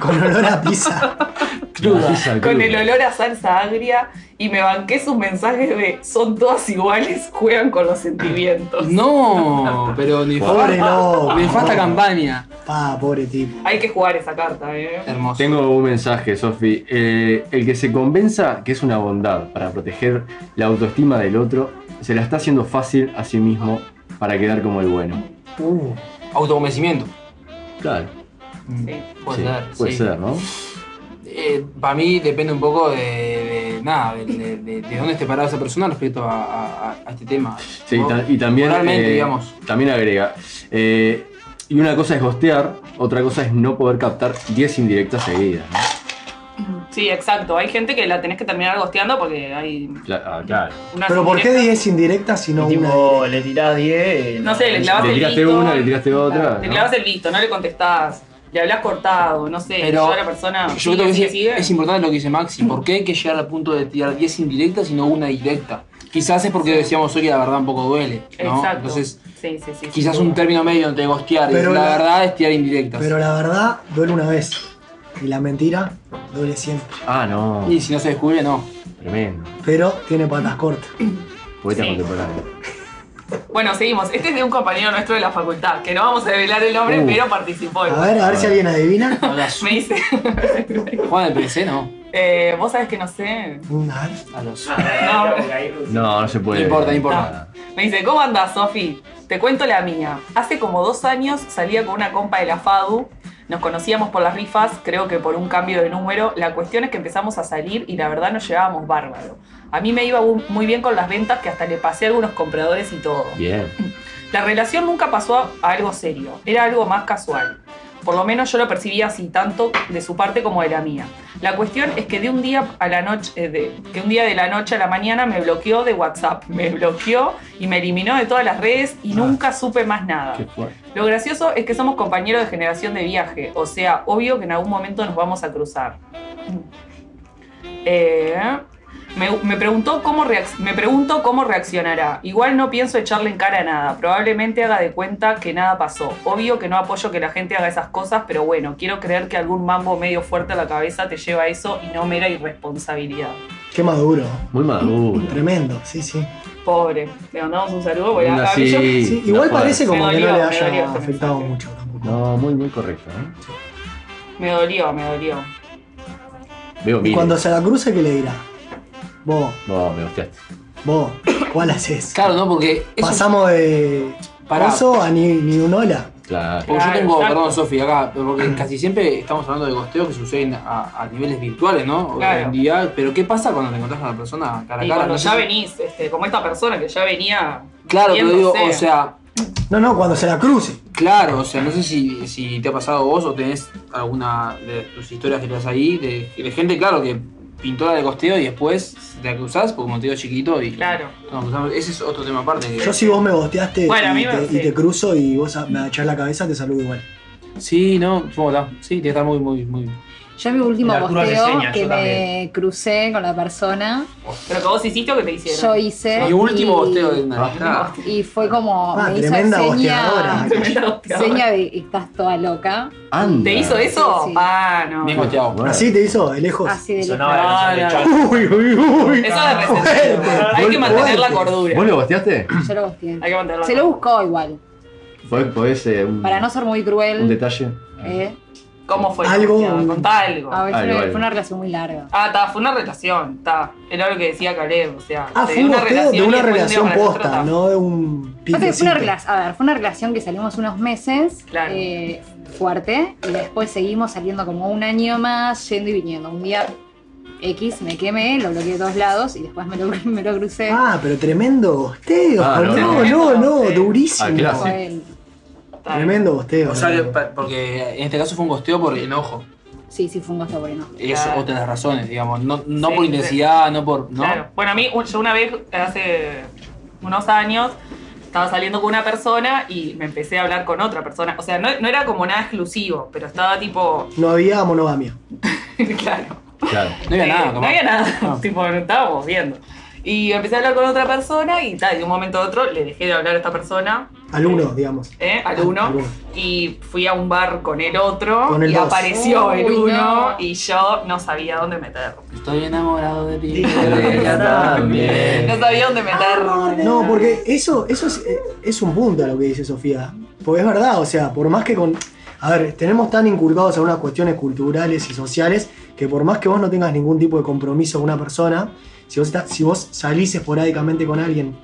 S2: Con olor a pizza.
S5: La
S3: <laughs>
S5: pizza
S3: con
S5: cruda.
S3: el olor a salsa agria y me banqué sus mensajes de son todas iguales, juegan con los sentimientos.
S4: No, pero ni
S2: Pobre loco.
S4: Nefasta campaña.
S2: Pa, pobre tipo.
S3: Hay que jugar esa carta, ¿eh?
S4: Hermoso.
S5: Tengo un mensaje, Sofi. Eh, el que se convenza que es una bondad para proteger la autoestima del otro, se la está haciendo fácil a sí mismo para quedar como el bueno.
S4: Uh. Autoconvencimiento.
S5: Claro.
S3: Sí.
S4: Puede
S5: sí,
S4: ser.
S5: puede
S4: sí.
S5: ser, ¿no?
S4: Eh, para mí depende un poco de, de nada, de, de- de- de dónde esté parada esa persona respecto a, a- a este tema.
S5: Sí, y,
S4: ¿No?
S5: ta- y también.
S4: Moralmente,
S5: eh,
S4: digamos.
S5: También agrega. eh, y una cosa es gostear, otra cosa es no poder captar 10 indirectas seguidas. ¿no?
S3: Sí, exacto. Hay gente que la tenés que terminar gosteando porque hay
S5: Cla- ah, claro.
S3: una.
S2: Pero ¿por qué 10 indirectas si no
S8: Y
S2: una?
S6: oh,
S8: tipo, le tirás eh, 10.
S3: No sé, le clavas
S5: Le
S3: el
S5: tiraste
S3: visto.
S5: una, le tiraste otra.
S3: Te
S5: ¿no?
S3: clavas el visto, no le contestás, le hablas cortado, no sé,
S4: Pero
S3: yo a la persona.
S4: Yo creo que
S3: sigue,
S4: es,
S3: sigue,
S4: es
S3: sigue.
S4: importante lo que dice Maxi. ¿Por qué hay que llegar al punto de tirar 10 indirectas y no una directa? Quizás es porque decíamos hoy que la verdad un poco duele. ¿no?
S3: Exacto.
S4: Entonces,
S3: sí, sí, sí,
S4: quizás
S3: sí.
S4: un término medio entre gostear y
S2: Pero
S4: la,
S2: la-
S4: verdad es tirar indirectas.
S2: Pero la verdad duele una vez. Y la mentira duele siempre.
S5: Ah, no.
S4: Y si no se descubre, no.
S5: Tremendo.
S2: Pero tiene patas cortas.
S5: Poeta
S3: Sí.
S5: contemporáneo.
S3: Bueno, seguimos. Este es de un compañero nuestro de la facultad, que no vamos a develar el nombre,
S5: Uh.
S3: pero participó.
S2: A
S3: igual.
S2: ver, a ver si alguien adivina.
S4: Hablas.
S3: Me dice,
S4: Juan de PC, no.
S3: eh, vos sabés que no sé.
S2: Mm, A ver.
S4: A los.
S3: Ah. No,
S5: No, no se puede.
S4: No importa, no importa.
S5: Nada.
S3: me dice, ¿cómo andás, Sofi? Te cuento la mía. Hace como dos años salía con una compa de la FADU. Nos conocíamos por las rifas, creo que por un cambio de número. La cuestión es que empezamos a salir y la verdad nos llevábamos bárbaro. A mí me iba bu- muy bien con las ventas que hasta le pasé a algunos compradores y todo.
S5: Bien.
S3: La relación nunca pasó a algo serio, era algo más casual. Por lo menos yo lo percibía así, tanto de su parte como de la mía. La cuestión es que de un día a la noche, eh, de- que un día de la noche a la mañana me bloqueó de WhatsApp, me bloqueó y me eliminó de todas las redes y nunca supe más nada.
S5: Qué fuerte.
S3: Lo gracioso es que somos compañeros de generación de viaje, o sea, obvio que en algún momento nos vamos a cruzar. Eh, me, me preguntó cómo reac- me pregunto cómo reaccionará. Igual no pienso echarle en cara nada. Probablemente haga de cuenta que nada pasó. Obvio que no apoyo que la gente haga esas cosas, pero bueno, quiero creer que algún mambo medio fuerte a la cabeza te lleva a eso y no mera irresponsabilidad.
S2: Qué maduro.
S5: Muy maduro.
S2: Tremendo, sí, sí.
S3: Pobre. Le mandamos un saludo. porque
S5: Linda,
S3: a mí yo-
S5: sí.
S2: Sí, igual
S5: no jodas.
S2: parece como
S3: Me
S2: que no
S3: dolió,
S2: le
S3: me dolió
S2: haya
S3: ese
S2: afectado
S3: mensaje.
S2: mucho tampoco.
S5: No, muy, muy correcto. ¿eh?
S3: me dolió, me dolió.
S5: Veo
S2: Y
S5: miles.
S2: cuando se la cruce, ¿qué le dirá? Vos,
S5: No, me gustaste.
S2: vos, ¿cuál haces?
S4: Claro, ¿no? Porque eso
S2: Pasamos de
S4: Pará.
S2: oso a ni, ni un hola.
S5: Claro.
S4: Porque
S3: Claro,
S4: yo tengo,
S3: Ah, exacto.
S4: perdón Sofi, acá, pero porque casi siempre estamos hablando de gosteos que suceden a, a niveles virtuales, ¿no? Hoy
S3: Claro.
S4: en día, pero ¿qué pasa cuando te encontrás con la persona cara a
S3: Y
S4: cara?
S3: cuando
S4: No sé
S3: ya
S4: si-
S3: venís, este, como esta persona que ya venía.
S4: Claro, te digo,
S3: viéndose.
S4: o sea,
S2: No, no, cuando se la cruce.
S4: claro, o sea, no sé si, si te ha pasado vos o tenés alguna de tus historias que tenés ahí, de, de gente, claro, que pintó la de costeo y después te acusás, porque como te digo chiquito y.
S3: Claro.
S4: No, acusamos- ese es otro tema aparte. que-
S2: Yo si vos me bosteaste
S3: Bueno, a
S2: y,
S3: mí me-
S2: te,
S3: sí.
S2: y te cruzo y vos a- me agachás la cabeza, te saludo igual.
S4: Sí, no, supongo que está. Sí, tiene que estar muy, muy, muy.
S7: Yo en mi último
S8: El Arturo
S7: posteo
S8: reseña,
S7: que
S8: yo
S7: me
S8: también.
S7: crucé con la persona,
S3: Pero que vos hiciste o que te hicieron. <laughs>
S7: yo
S3: ¿Eh?
S7: hice.
S4: Mi último
S7: y-
S4: bosteo de Naranjada.
S7: Y fue como.
S2: Ah,
S7: me hizo
S2: tremenda
S7: seña.
S2: bosteadora.
S7: Seña de estás toda loca.
S5: Anda.
S3: ¿Te hizo eso?
S7: Sí, sí.
S3: Ah, no.
S4: Bien bosteado.
S5: Bueno.
S2: Así te hizo, de lejos.
S7: Así
S8: <laughs>
S7: de
S8: Sonaba
S7: loca.
S8: la
S3: Ah,
S8: canción de
S3: la-
S8: Charlie.
S2: Uy, uy, uy.
S3: Eso de
S2: Fuerte.
S3: recepción. Hay que mantener
S2: pues.
S3: la cordura.
S5: ¿Vos lo bosteaste?
S7: Yo lo busqué.
S3: Hay que mantener la
S7: Se lo buscó igual.
S5: ¿Fue, podés, eh, un,
S7: Para no ser muy
S5: un
S7: cruel.
S5: detalle?
S7: ¿eh?
S3: ¿Cómo fue?
S2: Algo-
S3: Sebastián? Contá algo.
S7: A ver,
S5: Algo,
S7: fue-
S5: algo.
S7: fue una relación muy larga.
S3: Ah, está, fue una relación, está. Era lo que decía Caleb, o sea.
S2: Ah, fue
S3: te dio
S2: un posteo de una
S3: y después de un día
S2: relación
S3: para el otro,
S2: posta,
S3: ta.
S2: no de un
S7: Aparte, fue una
S2: piquecito.
S7: relación, a ver, fue una relación que salimos unos meses
S3: Claro.
S7: eh, fuerte y después seguimos saliendo como un año más, yendo y viniendo. Un día X me quemé, lo bloqueé de dos lados y después me lo, <laughs> me lo crucé.
S2: Ah, pero tremendo bosteo.
S5: Ah, no.
S2: no, no, no,
S3: Sí.
S2: durísimo.
S5: Ah, claro.
S7: Fue el-
S3: Está.
S2: Tremendo bosteo.
S4: O sea, que
S2: ¿no?
S4: pa- porque en este caso fue un gosteo por enojo.
S7: sí, sí, fue un gusto por enojo.
S4: Es
S3: Claro.
S4: otra de las razones, digamos. No, no
S3: Sí,
S4: por
S3: sí.
S4: intensidad, no por. ¿no?
S3: Claro. Bueno, a mí, un- yo una vez, hace unos años, estaba saliendo con una persona y me empecé a hablar con otra persona. O sea, no, no era como nada exclusivo, pero estaba tipo. <laughs>
S2: No había monogamia.
S3: claro.
S5: Claro.
S4: No había
S3: Eh,
S4: nada,
S3: No
S4: capaz.
S3: había nada.
S2: Ah.
S4: No.
S3: <laughs> tipo, no estábamos viendo. Y empecé a hablar con otra persona y tal, de un momento a otro le dejé de hablar a esta persona,
S2: Alumnos, digamos.
S3: ¿eh? al uno.
S2: Ah, Al uno.
S3: y fui a un bar con el otro
S2: Con el
S3: y
S2: dos.
S3: apareció el
S7: Uy,
S3: uno
S7: no.
S3: y yo no sabía dónde meterlo.
S4: Estoy enamorado de ti.
S5: Ella también.
S3: No sabía dónde meterlo.
S2: Eh. No, porque eso, eso es, es un punto a lo que dice Sofía. Porque es verdad, o sea, por más que con. A ver, tenemos tan inculcados algunas cuestiones culturales y sociales que por más que vos no tengas ningún tipo de compromiso con una persona, si vos, estás, si vos salís esporádicamente con alguien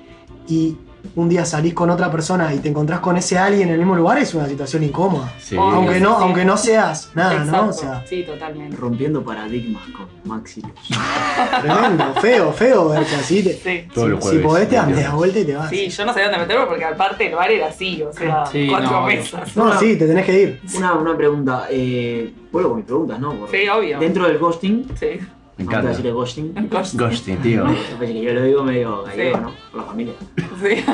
S2: y un día salís con otra persona y te encontrás con ese alguien en el mismo lugar, es una situación incómoda.
S5: Sí.
S2: Aunque no,
S3: Sí.
S2: aunque no seas nada, ¿no?
S3: Exacto.
S2: O sea,
S3: Sí, totalmente.
S6: Rompiendo paradigmas con Maxi. Luz.
S2: tremendo, feo, feo verte así. te-
S3: Sí.
S5: Todos los
S2: si,
S5: jueves.
S2: podés te das media vuelta y te vas.
S3: Sí, yo no sabía dónde meterlo porque aparte el bar era así, o sea,
S4: Sí,
S3: cuatro
S4: no,
S3: mesas.
S2: No, sí, te tenés que ir.
S6: Una, una pregunta. Eh, vuelvo con mis preguntas, ¿no? Por-
S3: Sí, obvio.
S6: Dentro del ghosting.
S3: Sí.
S5: Me
S6: vamos a
S5: encanta.
S6: decirle ghosting.
S5: Ghosting, tío.
S6: Yo pensé que yo lo digo medio gallego,
S3: Sí.
S6: ¿no? Por la familia.
S3: <laughs> Sí.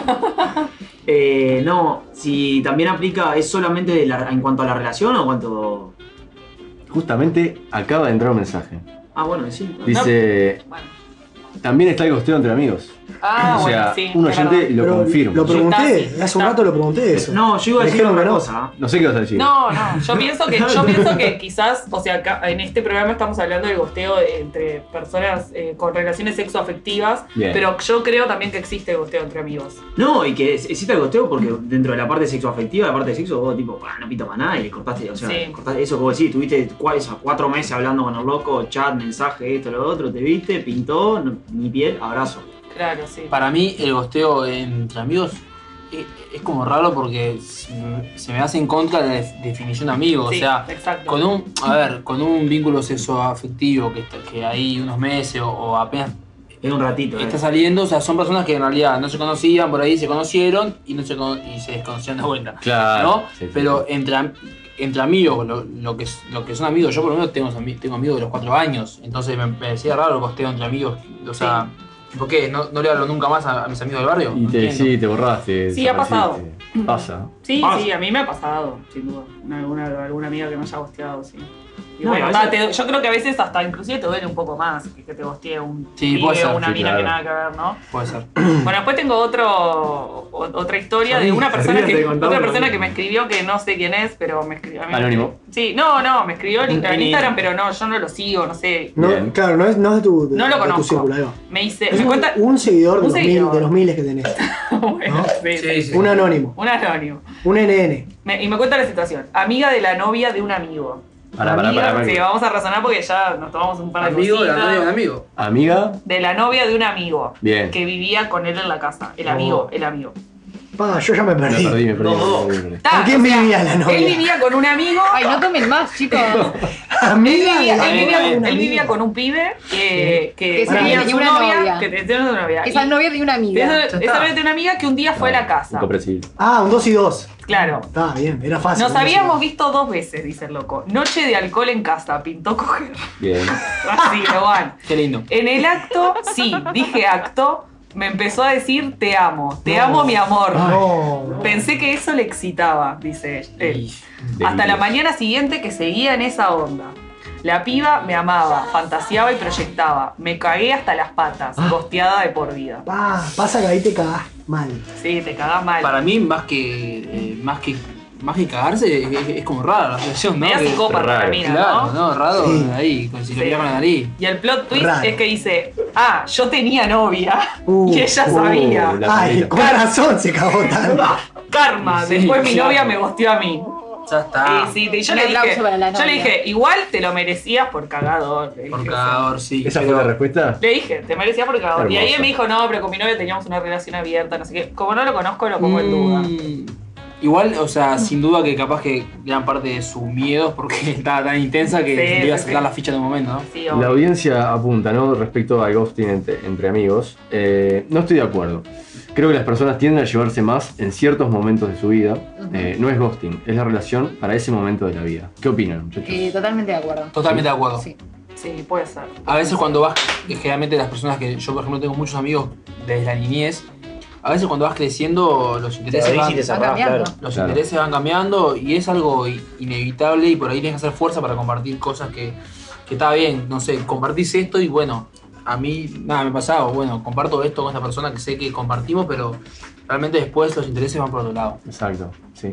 S6: Eh, no, si también aplica, ¿es solamente de la- en cuanto a la relación o en cuanto...?
S5: Justamente acaba de entrar un mensaje.
S6: Ah, bueno, sí.
S5: Dice,
S3: Bueno.
S5: también está el gosteo entre amigos.
S3: Ah,
S5: o
S3: bueno,
S5: sea,
S3: sí.
S5: un
S3: es
S5: oyente
S3: verdad.
S5: lo
S2: Pero
S5: confirma.
S2: Lo pregunté,
S3: Está, sí,
S2: hace un
S3: está.
S2: rato lo pregunté eso.
S6: No, yo iba
S2: Me
S6: a decir
S2: dijeron
S6: otra
S2: que no.
S6: cosa.
S5: No sé qué vas a decir.
S3: No, no, yo pienso que, yo pienso que quizás, o sea, acá- en este programa estamos hablando del gosteo entre personas eh, con relaciones sexoafectivas,
S5: Bien.
S3: pero yo creo también que existe el gosteo entre amigos.
S6: No, y que es- existe el gosteo porque dentro de la parte sexoafectiva, la parte de sexo, vos tipo, "Ah, no pito más nada y le cortaste, o sea,
S3: Sí.
S6: cortaste eso que vos decís, tuviste cua- eso, cuatro meses hablando con el loco, chat, mensaje, esto, lo otro, te viste, pintó, no- ni piel, abrazo.
S3: Claro, sí.
S4: Para mí, el gosteo entre amigos es, es como raro porque se me- se me hace en contra de la def- definición de amigo.
S3: Sí,
S4: O sea,
S3: exacto.
S4: con un, a ver, con un vínculo sexoafectivo que, está- que hay unos meses o, o apenas
S6: Es un ratito, eh.
S4: está saliendo, o sea, son personas que en realidad no se conocían, por ahí se conocieron y no se, cono- y se desconocían de vuelta.
S5: Claro.
S4: ¿no?
S5: Sí, sí,
S4: Pero
S5: sí.
S4: entre, am- entre amigos, lo, lo que, lo que son amigos, yo por lo menos tengo, ami- tengo amigos de los cuatro años, entonces me parecía raro el costeo entre amigos. O sea, ¿por qué? ¿No, no le hablo nunca más a, a mis amigos del barrio?
S5: Y
S4: No
S5: te,
S4: entiendo.
S5: sí, te borraste.
S3: Sí, ha
S5: desapareciste. Pasa.
S3: Sí,
S6: Pasa.
S3: sí, a mí me ha pasado, sin duda. Una- Alguna, alguna amiga que me haya gosteado, sí. Y
S6: No,
S3: bueno,
S6: a
S3: nada,
S6: veces-
S3: te- yo creo que a veces hasta inclusive te duele un poco más que que te gostee un
S4: Sí,
S3: pibe
S4: puede ser,
S3: o una
S5: sí,
S3: mina que nada
S5: claro.
S3: que ver, ¿no?
S4: Puede ser.
S3: Bueno, después tengo otro, o- otra historia de
S6: Ríe,
S3: una
S6: se
S3: persona,
S6: ríe,
S3: que,
S6: te contaba
S3: otra
S6: lo
S3: persona
S6: mismo.
S3: que me escribió, que no sé quién es, pero me escribió. a mí me-
S5: Anónimo.
S3: Sí, no, no, me escribió en
S6: Un
S3: en Instagram,
S6: pinito.
S3: pero no, yo no lo sigo, no sé.
S2: No,
S5: Bien.
S2: claro, no es, no es de tu, de-
S3: No lo
S2: de tu
S3: conozco.
S2: círculo, ahí va.
S3: Me dice,
S2: Es
S3: me
S2: un,
S6: <laughs>
S3: cuenta. <laughs>
S2: un seguidor, de,
S3: un
S2: los mil-
S3: seguidor.
S2: de los miles que tenés.
S3: Bueno,
S2: ¿no?
S3: sí, sí.
S2: Un anónimo,
S3: Un anónimo.
S2: un NN.
S3: Me- y me cuenta la situación. Amiga de la novia de un amigo.
S5: Pará, pará,
S3: Amiga-
S5: pará, pará.
S3: Sí, vamos a razonar porque ya nos tomamos un par de
S4: Amigo de la
S3: cositas.
S4: novia de un amigo.
S5: Amiga.
S3: De la novia de un amigo.
S5: Bien.
S3: Que vivía con él en la casa. El amigo, el amigo.
S2: Pa, yo ya me
S5: Me
S2: perdí.
S5: perdí, me perdí.
S6: No.
S5: me perdí, me perdí.
S3: Ta,
S2: ¿Con quién
S3: o sea,
S2: vivía la novia?
S3: Él vivía con un amigo.
S7: Ay, no tomen más, chicos.
S3: Él
S2: <laughs> Amiga,
S3: vivía,
S2: de-
S3: él
S4: bien,
S3: vivía-
S4: bien,
S3: él
S2: amiga.
S3: vivía con un pibe que, que
S7: Que
S3: tenía
S7: tenía
S3: su
S7: una
S3: novia,
S7: novia.
S3: que tenía su novia.
S7: Esa
S3: Y-
S7: novia de una
S3: y
S7: amiga.
S3: Esa,
S7: Ya
S3: esa
S7: está.
S3: novia de una amiga que un día fue a la casa.
S5: Incomprensible.
S2: Ah, un 2 y 2.
S3: Claro.
S2: Está bien, era fácil.
S3: Nos
S2: un dos y
S3: habíamos
S2: dos.
S3: visto dos veces, dice el loco. Noche de alcohol en casa, pintó coger. <laughs>
S5: Bien.
S3: Así, Leoán.
S4: Qué lindo.
S3: En el acto, sí, dije acto, me empezó a decir te amo, te amo mi amor.
S2: No.
S3: Pensé que eso le excitaba, dice él.
S4: Y-
S3: Hasta la
S5: Delirios.
S3: mañana siguiente que seguía en esa onda. La piba me amaba, fantaseaba y proyectaba. Me cagué hasta las patas,
S4: Ah.
S3: gosteada de por vida.
S2: Pa, pasa que ahí te cagás mal.
S3: Sí, te cagás mal.
S4: Para mí, más que, eh, más que, más que cagarse, es, es- es como rara la situación, ¿no?
S3: Media
S4: Que-
S3: psicópata
S5: raro,
S3: la mina,
S4: Claro,
S3: ¿no?
S4: no, raro
S2: Sí.
S4: ahí, con si lo
S3: Sí.
S4: mira con la nariz.
S3: Y el plot twist
S2: Raro.
S3: es que dice, ah, yo tenía novia <laughs>
S2: Uh,
S3: y ella
S5: uh,
S3: sabía.
S5: La
S2: Ay,
S5: pelota.
S2: con razón se cagó
S3: <laughs>
S2: tanto.
S3: Ah, Karma,
S4: Sí,
S3: después mi
S4: claro.
S3: novia me gosteó a mí.
S4: Ya está.
S3: Y sí, te- yo,
S7: Un
S3: le
S7: aplauso
S3: dije,
S7: para la
S3: yo le
S7: novia.
S3: dije, igual te lo merecías por cagador. le
S4: Por
S3: dije,
S4: cagador, sí.
S5: ¿Esa fue
S4: pero-
S5: la respuesta?
S3: Le dije, te merecías por cagador. Y ahí
S5: Hermoso.
S3: él me dijo, no, pero con mi novia teníamos una relación abierta, no sé qué. Como no lo conozco, lo pongo en duda.
S4: Mm, Igual, o sea, sin duda que capaz que gran parte de su miedo es porque <laughs> estaba tan intensa que
S3: Sí,
S4: le iba a
S3: sí,
S4: sacar
S3: sí.
S4: la ficha de un momento, ¿no?
S3: Sí,
S5: La
S3: obvio.
S5: audiencia apunta, ¿no? Respecto al ghosting entre, entre amigos. Eh, no estoy de acuerdo. Creo que las personas tienden a llevarse más en ciertos momentos de su vida. Eh, no es ghosting, es la relación para ese momento de la vida. ¿Qué opinan, muchachos?
S7: Eh, totalmente de acuerdo.
S4: Totalmente de acuerdo.
S7: Sí.
S3: Sí, puede ser.
S4: A veces cuando vas, que generalmente las personas que yo, por ejemplo, tengo muchos amigos desde la niñez, a veces cuando vas creciendo los
S6: Te
S4: intereses
S6: abrís y
S4: van,
S6: te cerrás,
S7: cambiando.
S6: claro.
S4: los
S5: Claro.
S4: intereses van cambiando y es algo i- inevitable y por ahí tienes que hacer fuerza para compartir cosas que, que está bien, no sé, compartís esto y bueno, a mí nada me pasaba, bueno, comparto esto con esta persona que sé que compartimos, pero realmente después los intereses van por otro lado.
S5: Exacto, sí.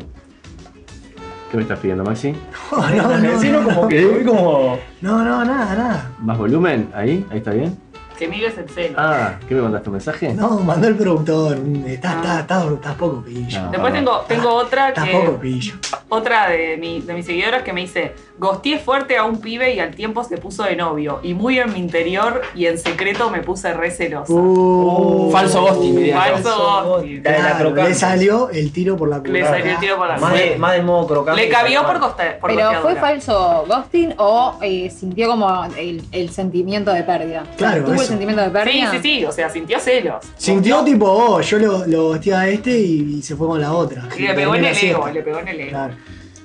S5: ¿Qué me estás pidiendo, Maxi?
S2: Oh, No, no, no,
S6: Sino
S2: no,
S6: como que voy como.
S2: no, no, nada, nada.
S5: ¿Más volumen? ¿Ahí? ¿Ahí está bien?
S3: Que mires el celo.
S5: Ah, ¿qué me mandaste un mensaje?
S2: No, mandó el productor. un- Estás,
S3: Ah.
S2: estás, estás, estás poco pillo.
S6: Ah.
S5: No,
S3: Después
S5: perdón.
S3: tengo, tengo otra
S2: Estás
S3: que
S2: poco pillo.
S3: otra de, mi- de mis seguidoras que me dice, gosteé fuerte a un pibe y al tiempo se puso de novio. Y muy en mi interior y en secreto me puse re celosa.
S2: Uh,
S6: Oh.
S4: falso ghosting, diría yo.
S3: Falso ghosting.
S6: La de la
S2: Claro, le
S6: crocante.
S2: salió el tiro por la
S3: Le
S2: culata.
S3: salió el tiro por la
S6: Más, de-
S3: culata.
S6: más del modo crocante.
S3: Le
S6: que
S3: cabió por,
S6: cerrar.
S3: coste, por
S7: Pero fue
S3: gosteadora.
S7: falso ghosting o eh, sintió como el, el sentimiento de pérdida.
S2: Claro,
S7: Tuvo el
S2: eso.
S7: sentimiento de
S3: Sí,
S7: pérdida.
S3: sí, sí, o sea, sintió celos.
S2: Sintió tipo, oh, yo lo, lo hostié a este y, y se fue con la otra.
S3: Y le pegó
S2: Terminé
S3: en el
S2: la
S3: ego,
S2: siesta.
S3: le pegó en el ego.
S2: Claro.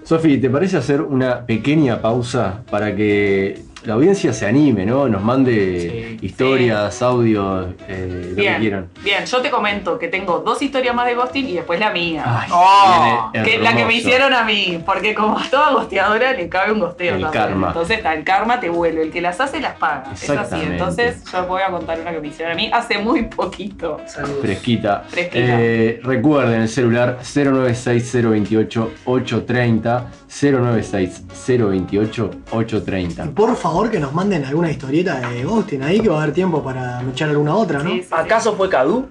S5: Sofi, ¿te parece hacer una pequeña pausa para que la audiencia se anime, ¿no? Nos mande
S4: Sí.
S5: historias, audios, eh, lo que
S3: Bien,
S5: quieran.
S3: bien, yo te comento que tengo dos historias más de ghosting y después la mía.
S5: Ay,
S3: Oh,
S5: viene
S3: que la que me
S5: hermoso.
S3: hicieron a mí, porque como a toda gosteadora le cabe un gosteo
S5: El
S3: también.
S5: karma.
S3: Entonces, ta, el karma te vuelve, el que las hace las paga. Es así,
S5: Exactamente.
S3: entonces yo voy a contar una que me hicieron a mí hace muy poquito.
S5: Fresquita.
S3: Fresquita.
S5: Eh, recuerden el celular 096-028-830.
S3: <laughs>
S5: 096-028-830.
S2: Por favor que nos manden alguna historieta de Ghosting ahí que va a haber tiempo para echar alguna otra, ¿no?
S3: Sí, sí, sí.
S6: ¿Acaso fue Cadu?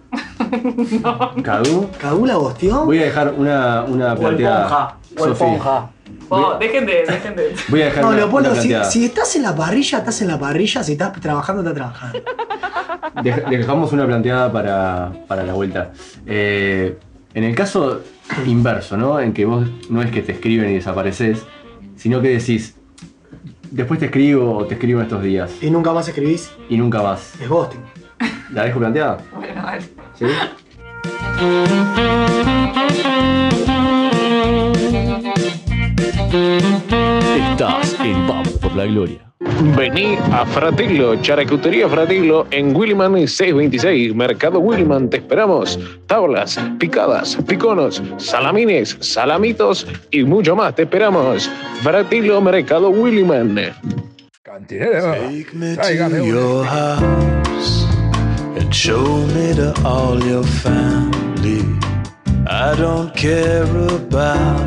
S5: Cadu,
S2: ¿Cagú la gosteó?
S5: voy a dejar una, una
S6: O el
S5: planteada.
S6: Ponja. O el
S5: Sofi,
S6: Ponja.
S3: Oh, dejen de, dejen
S5: <laughs>
S3: de.
S5: Voy a dejar
S2: No,
S5: una,
S2: Leopoldo,
S5: una
S2: si,
S5: planteada.
S2: si estás en la parrilla, estás en la parrilla. Si estás trabajando, estás trabajando.
S5: Dej- dejamos una planteada para, para la vuelta. Eh, en el caso inverso, ¿no? En que vos no es que te escriben y desapareces, sino que decís, después te escribo o te escribo en estos días
S2: Y nunca más escribís,
S5: y nunca más.
S2: es Ghosting.
S5: ¿La dejo planteada?
S3: Bueno, vale.
S5: ¿Sí?
S1: Estás en Vamos por la Gloria.
S9: Vení a Fratello, Charcutería Fratello en Williman 626, Mercado Williman, te esperamos. Tablas, picadas, piconos, salamines, salamitos y mucho más, te esperamos. Fratello, Mercado Williman.
S10: Take me to your house and show me to all your family. I don't care about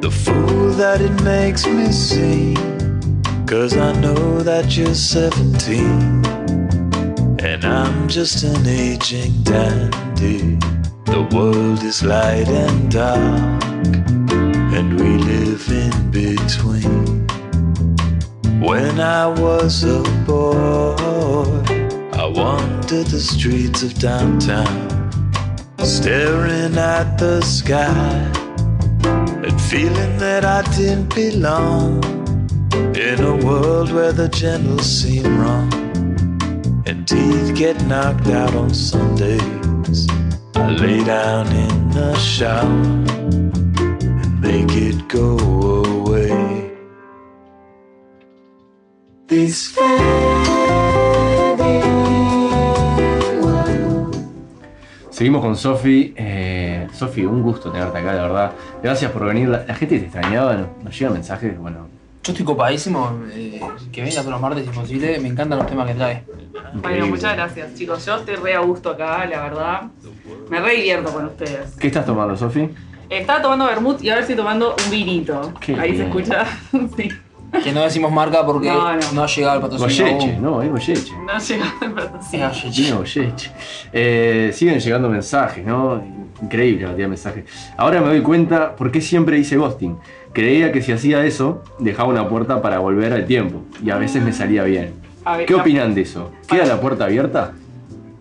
S10: the fool that it makes me seem, cause I know that you're 17 and I'm just an aging dandy. The world is light and dark, and we live in between. When I was a boy, I wandered the streets of downtown, staring at the sky and feeling that I didn't belong in a world where the generals seem wrong and teeth get knocked out on Sundays. I lay down in the shower and make it go away. These
S5: Seguimos con Sofi. Eh, Sofi, un gusto tenerte acá, la verdad. Gracias por venir. La, la gente te extrañaba, nos, nos llegan mensajes, bueno,
S4: Yo estoy copadísimo. eh, que venga todos los martes si es posible. Me encantan los temas que trae.
S3: Bueno, muchas gracias, chicos. Yo estoy re a gusto acá, la verdad. Me re divierto con ustedes.
S5: ¿Qué estás tomando, Sofi?
S3: Estaba tomando vermut y ahora estoy tomando un vinito.
S5: Qué
S3: Ahí se
S5: bien.
S3: escucha. <laughs> sí.
S4: Que no decimos marca porque
S3: No,
S4: no,
S3: no.
S4: ha llegado el patrocinio.
S5: Goyeche,
S4: aún.
S5: no, es Goyeche.
S3: No llega el patrocinio.
S5: Vino Goyeche. Eh, siguen llegando mensajes, ¿no? Increíble la cantidad de mensajes. Ahora me doy cuenta por qué siempre hice ghosting. Creía que si hacía eso, dejaba una puerta para volver al tiempo. Y a veces me salía bien.
S3: A ver,
S5: ¿Qué
S3: la-
S5: opinan de eso? ¿Queda la puerta abierta?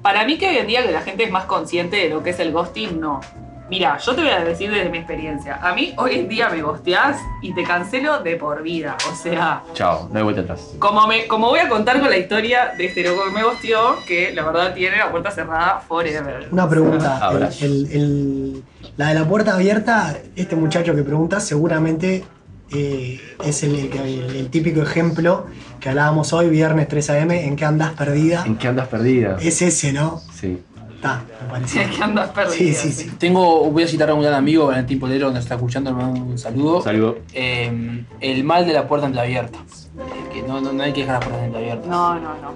S3: Para mí que hoy en día que la gente es más consciente de lo que es el ghosting, no. Mira, yo te voy a decir desde mi experiencia. A mí hoy en día me ghosteás y te cancelo de por vida. O sea,
S5: Chao, no hay vuelta atrás.
S3: como, me, como voy a contar con la historia de este loco que me ghosteó, que la verdad tiene la puerta cerrada forever. <laughs>
S2: Una pregunta. el-
S5: Ah, Abrazo.
S2: el- el- la de la puerta abierta, este muchacho que pregunta seguramente eh, es el, el- el- el típico ejemplo que hablábamos hoy, viernes 3 a.m., en que andas perdida.
S5: ¿En qué andas perdida?
S2: Es ese, ¿no?
S5: Sí.
S2: Está, me parece.
S3: Es que andas perdida.
S2: Sí, sí, sí.
S4: Tengo, voy a citar a un gran amigo, Valentín Polero, que nos está escuchando, le mando un saludo.
S5: Saludo.
S4: Eh, el mal de la puerta entreabierta. Eh, que no, no, no hay que dejar las puertas entreabiertas.
S3: No, no, no.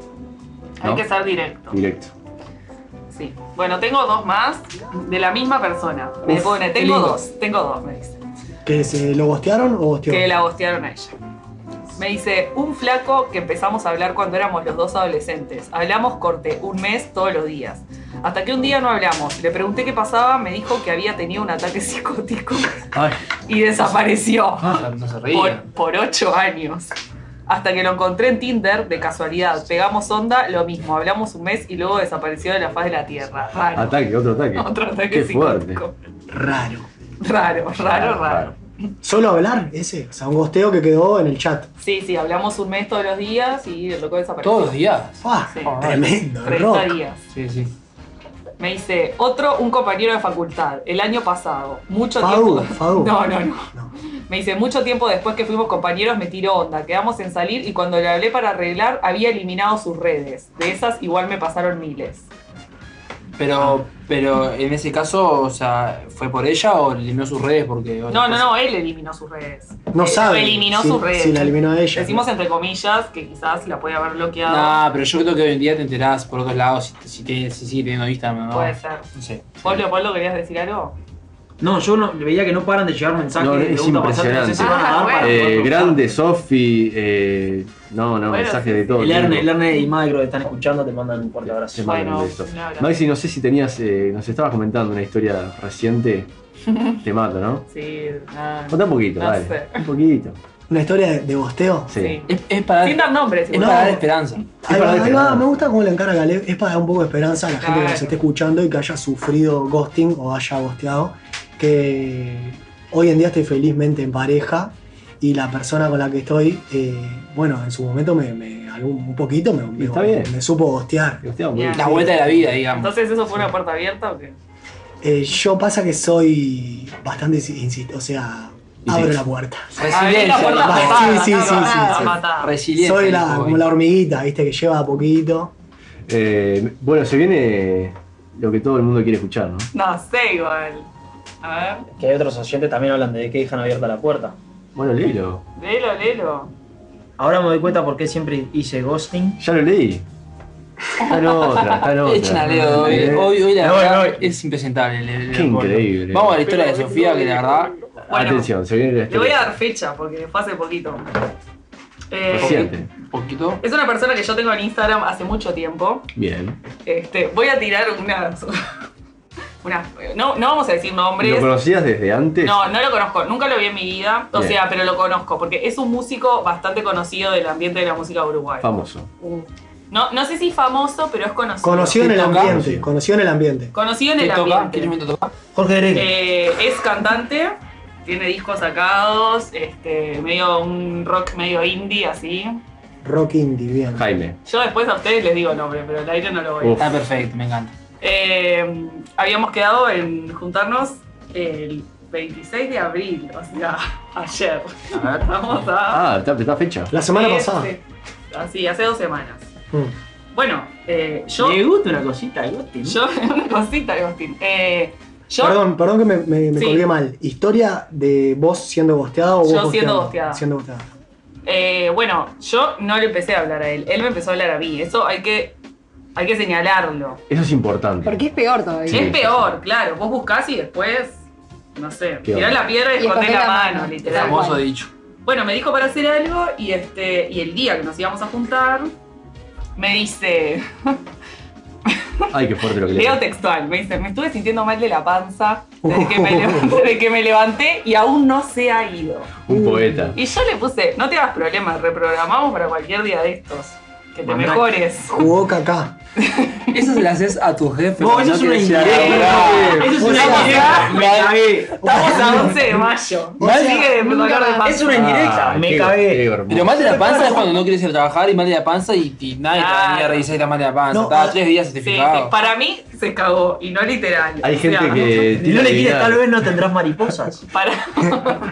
S3: Hay
S4: ¿No?
S3: que ser directo.
S5: Directo.
S3: Sí. Bueno, tengo dos más de la misma persona. Me
S2: Uf,
S3: pone,
S2: qué
S3: tengo
S2: lindo.
S3: dos, tengo dos, me dice.
S2: ¿Que se lo bostearon o bosteó?
S3: que la bostearon a ella. Me dice, un flaco que empezamos a hablar cuando éramos los dos adolescentes. Hablamos corte, un mes todos los días. Hasta que un día no hablamos. Le pregunté qué pasaba, me dijo que había tenido un ataque <laughs> psicótico
S5: Ay,
S3: y
S2: Ah,
S3: desapareció
S4: No se
S3: por,
S4: ríe.
S3: por ocho años. Hasta que lo encontré en Tinder de casualidad. Pegamos onda, lo mismo. Hablamos un mes y luego desapareció de la faz de la tierra. Raro.
S5: ataque, otro ataque.
S3: <laughs> Otro ataque
S5: Qué fuerte.
S3: psicótico.
S2: Raro.
S3: Raro, raro, raro.
S2: Solo hablar, ese. O sea, un gosteo que quedó en el chat.
S3: Sí, sí, hablamos un mes todos los días y el loco desapareció.
S4: Todos los días.
S2: ¡Fua!
S3: Sí.
S2: Tremendo, el
S3: 30
S2: rock.
S3: días.
S4: Sí, sí.
S3: Me dice, otro, un compañero de facultad, el año pasado, mucho
S2: Fadu,
S3: tiempo.
S2: Fadu.
S3: No, no, no. Me dice, mucho tiempo después que fuimos compañeros me tiró onda, quedamos en salir y cuando le hablé para arreglar había eliminado sus redes. De esas igual me pasaron miles.
S4: Pero, pero en ese caso, o sea, ¿fue por ella o eliminó sus redes? Porque. pues,
S3: No, no, no, él eliminó sus redes.
S2: No
S3: Él
S2: sabe.
S3: eh, Eliminó
S2: si-
S3: sus redes.
S2: Si la eliminó a ella.
S3: Decimos entre comillas que quizás la podía haber bloqueado.
S4: Nah, pero yo creo que hoy en día te enterás por otros lados si, si, te- si sigue teniendo Instagram o no.
S3: Puede ser.
S4: No sé.
S3: Pablo, Pablo, ¿querías decir algo?
S11: No, yo no, veía que no paran de llegar mensajes.
S5: No,
S11: de
S5: es
S11: preguntas pasantes,
S5: impresionante.
S11: No sé si van a
S3: Ah,
S11: dar para
S5: Eh,
S11: nosotros.
S5: grande, Sofi. eh, no, no,
S3: Bueno,
S5: mensajes de todo.
S11: El Erne,
S5: tipo.
S11: el Erne y Madre
S6: Creo que están escuchando, te mandan un fuerte abrazo.
S5: Te mando
S3: Bueno,
S5: un beso.
S3: un abrazo.
S5: Maxi, no sé si tenías, eh, nos estabas comentando una historia
S3: <laughs>
S5: reciente. Te mato, ¿no?
S3: Sí, nada.
S5: Contá un poquito,
S3: No
S5: dale.
S3: sé.
S5: Un poquito.
S2: Una historia de, de gosteo.
S5: Sí.
S3: Sí.
S4: Es, es para,
S3: Sin
S4: es
S3: dar nombres,
S2: No.
S3: igual.
S4: para dar esperanza.
S2: Ahí
S5: para este
S2: va,
S5: dar
S2: ahí va,
S5: esperanza.
S2: me gusta cómo le encarga Lev. Es para dar un poco de esperanza a la gente que nos
S3: Claro.
S2: esté escuchando y que haya sufrido ghosting o haya gosteado. Que hoy en día estoy felizmente en pareja y la persona con la que estoy, eh, bueno, en su momento me, me- algún, un poquito me, me-
S5: Está bien.
S2: me supo gostear.
S5: Hostia, muy-
S3: Bien.
S4: La vuelta de la vida, digamos.
S3: Entonces, ¿eso fue una puerta abierta o qué?
S2: Eh, yo pasa que soy bastante, insisto, o sea, abro
S5: Insisto.
S2: la puerta.
S4: Pues
S3: Abrí la puerta
S2: Va,
S4: Resiliencia.
S2: sí,
S3: patada,
S2: sí,
S3: no,
S2: sí,
S3: no,
S2: sí,
S3: no,
S2: sí.
S3: patada.
S4: Resiliencia.
S2: Soy la,
S4: dijo
S2: como
S4: hoy.
S2: la hormiguita, viste, que lleva a poquito.
S5: Eh, bueno, se viene lo que todo el mundo quiere escuchar, ¿no?
S3: No sé, igual. A ver,
S6: Que hay otros oyentes también hablan de que dejan abierta la puerta.
S5: Bueno, léelo.
S3: léelo, léelo.
S6: Ahora me doy cuenta por qué siempre hice ghosting.
S5: Ya lo leí. Está en
S3: <laughs>
S5: otra, está en otra.
S4: Echen a Leo hoy.
S5: Eh,
S4: Hoy, hoy la
S6: Me voy,
S4: verdad
S6: me voy.
S4: es impresentable. el- el-
S5: Qué
S4: el-
S5: increíble.
S4: Vamos a la historia de Sofía, que la verdad.
S3: Bueno,
S5: Atención, se viene la
S3: Le voy a
S5: historia.
S3: dar fecha porque fue hace poquito. Eh,
S5: Reciente.
S4: Poquito.
S3: es una persona que yo tengo en Instagram hace mucho tiempo.
S5: Bien.
S3: Este, voy a tirar unas. <laughs> unas- no, no vamos a decir
S5: ¿Lo
S3: nombres.
S5: conocías desde antes?
S3: No, no lo conozco, nunca lo vi en mi vida, o
S5: Bien.
S3: sea, pero lo conozco, porque es un músico bastante conocido del ambiente de la música uruguaya.
S5: Famoso.
S3: Uh. No, no sé si famoso, pero es conocido.
S2: Conocido en el
S4: toca?
S2: ambiente, conocido en el ambiente.
S3: Conocido en
S4: ¿Qué
S3: el
S4: toca? ¿Qué
S3: ambiente.
S4: instrumento toca?
S6: Jorge Derek.
S3: Eh, es cantante, tiene discos sacados, este, medio un rock medio indie así.
S2: Rock indie, bien.
S5: Jaime.
S3: Yo después a ustedes les digo el nombre, pero el aire no lo voy.
S5: Uf.
S4: Está Ah, perfecto, me encanta.
S3: Eh, habíamos quedado en juntarnos el 26 de abril, o sea, <laughs> ayer.
S4: A ver.
S3: Vamos a.
S5: Ah, está, está fecha.
S2: La semana
S3: Este,
S2: pasada.
S3: Así, hace dos semanas.
S2: Mm.
S3: Bueno, eh, yo.
S11: Le gusta una cosita al Gotti, ¿no?
S3: Yo, <laughs> una cosita, Agustín. Eh, yo.
S2: Perdón, perdón que me, me, me
S3: Sí.
S2: colgué mal. Historia de vos siendo bosteado o vos
S3: Yo siendo
S2: bosteando?
S3: bosteada.
S2: Siendo bosteada.
S3: Eh, bueno, yo no le empecé a hablar a él, él me empezó a hablar a mí. Eso hay que, hay que señalarlo.
S5: Eso es importante.
S7: Porque es peor todavía.
S3: es peor, claro. Vos buscás y después, no sé,
S5: Qué
S3: tirás
S5: horror.
S3: la piedra y,
S7: Y
S3: escondés la
S7: escondés la
S3: mano,
S7: mano,
S3: literal.
S4: Famoso dicho.
S3: Bueno, me dijo para hacer algo y, este, y el día que nos íbamos a juntar, me dice,
S5: Ay, qué fuerte lo que le
S3: leo textual, me dice, me estuve sintiendo mal de la panza desde que me,
S5: <laughs>
S3: levan- desde que me levanté y aún no se ha ido.
S5: Un poeta.
S3: Y yo le puse, no te hagas problemas, reprogramamos para cualquier día de estos. Que te
S4: Mandá.
S3: mejores.
S2: Jugó caca.
S4: Eso se las haces a tu jefe.
S6: No, eso
S4: cuando
S6: es una
S4: quieres ir a
S6: indirecta.
S4: laburar.
S6: Eso es una indirecta. Me cagué.
S3: Estamos a 11 de mayo.
S6: O sea,
S3: Sigue de dolor de panza.
S6: Es una indirecta.
S5: Ah,
S6: me
S5: qué- qué
S6: cagué.
S5: hermoso.
S4: Pero mal de la panza es cuando no quieres ir a trabajar y mal de la panza y, y nadie te
S3: Claro.
S4: venía a revisar la mal de la panza.
S2: No,
S4: Estaba
S2: ah,
S4: tres días
S3: Sí,
S4: certificado.
S3: para mí se cagó y no literal.
S5: Hay
S3: O
S5: gente
S3: sea,
S5: que.
S6: Si no le quieres,
S5: adivinar.
S6: tal vez no
S5: <laughs>
S6: tendrás mariposas.
S3: <laughs> Para...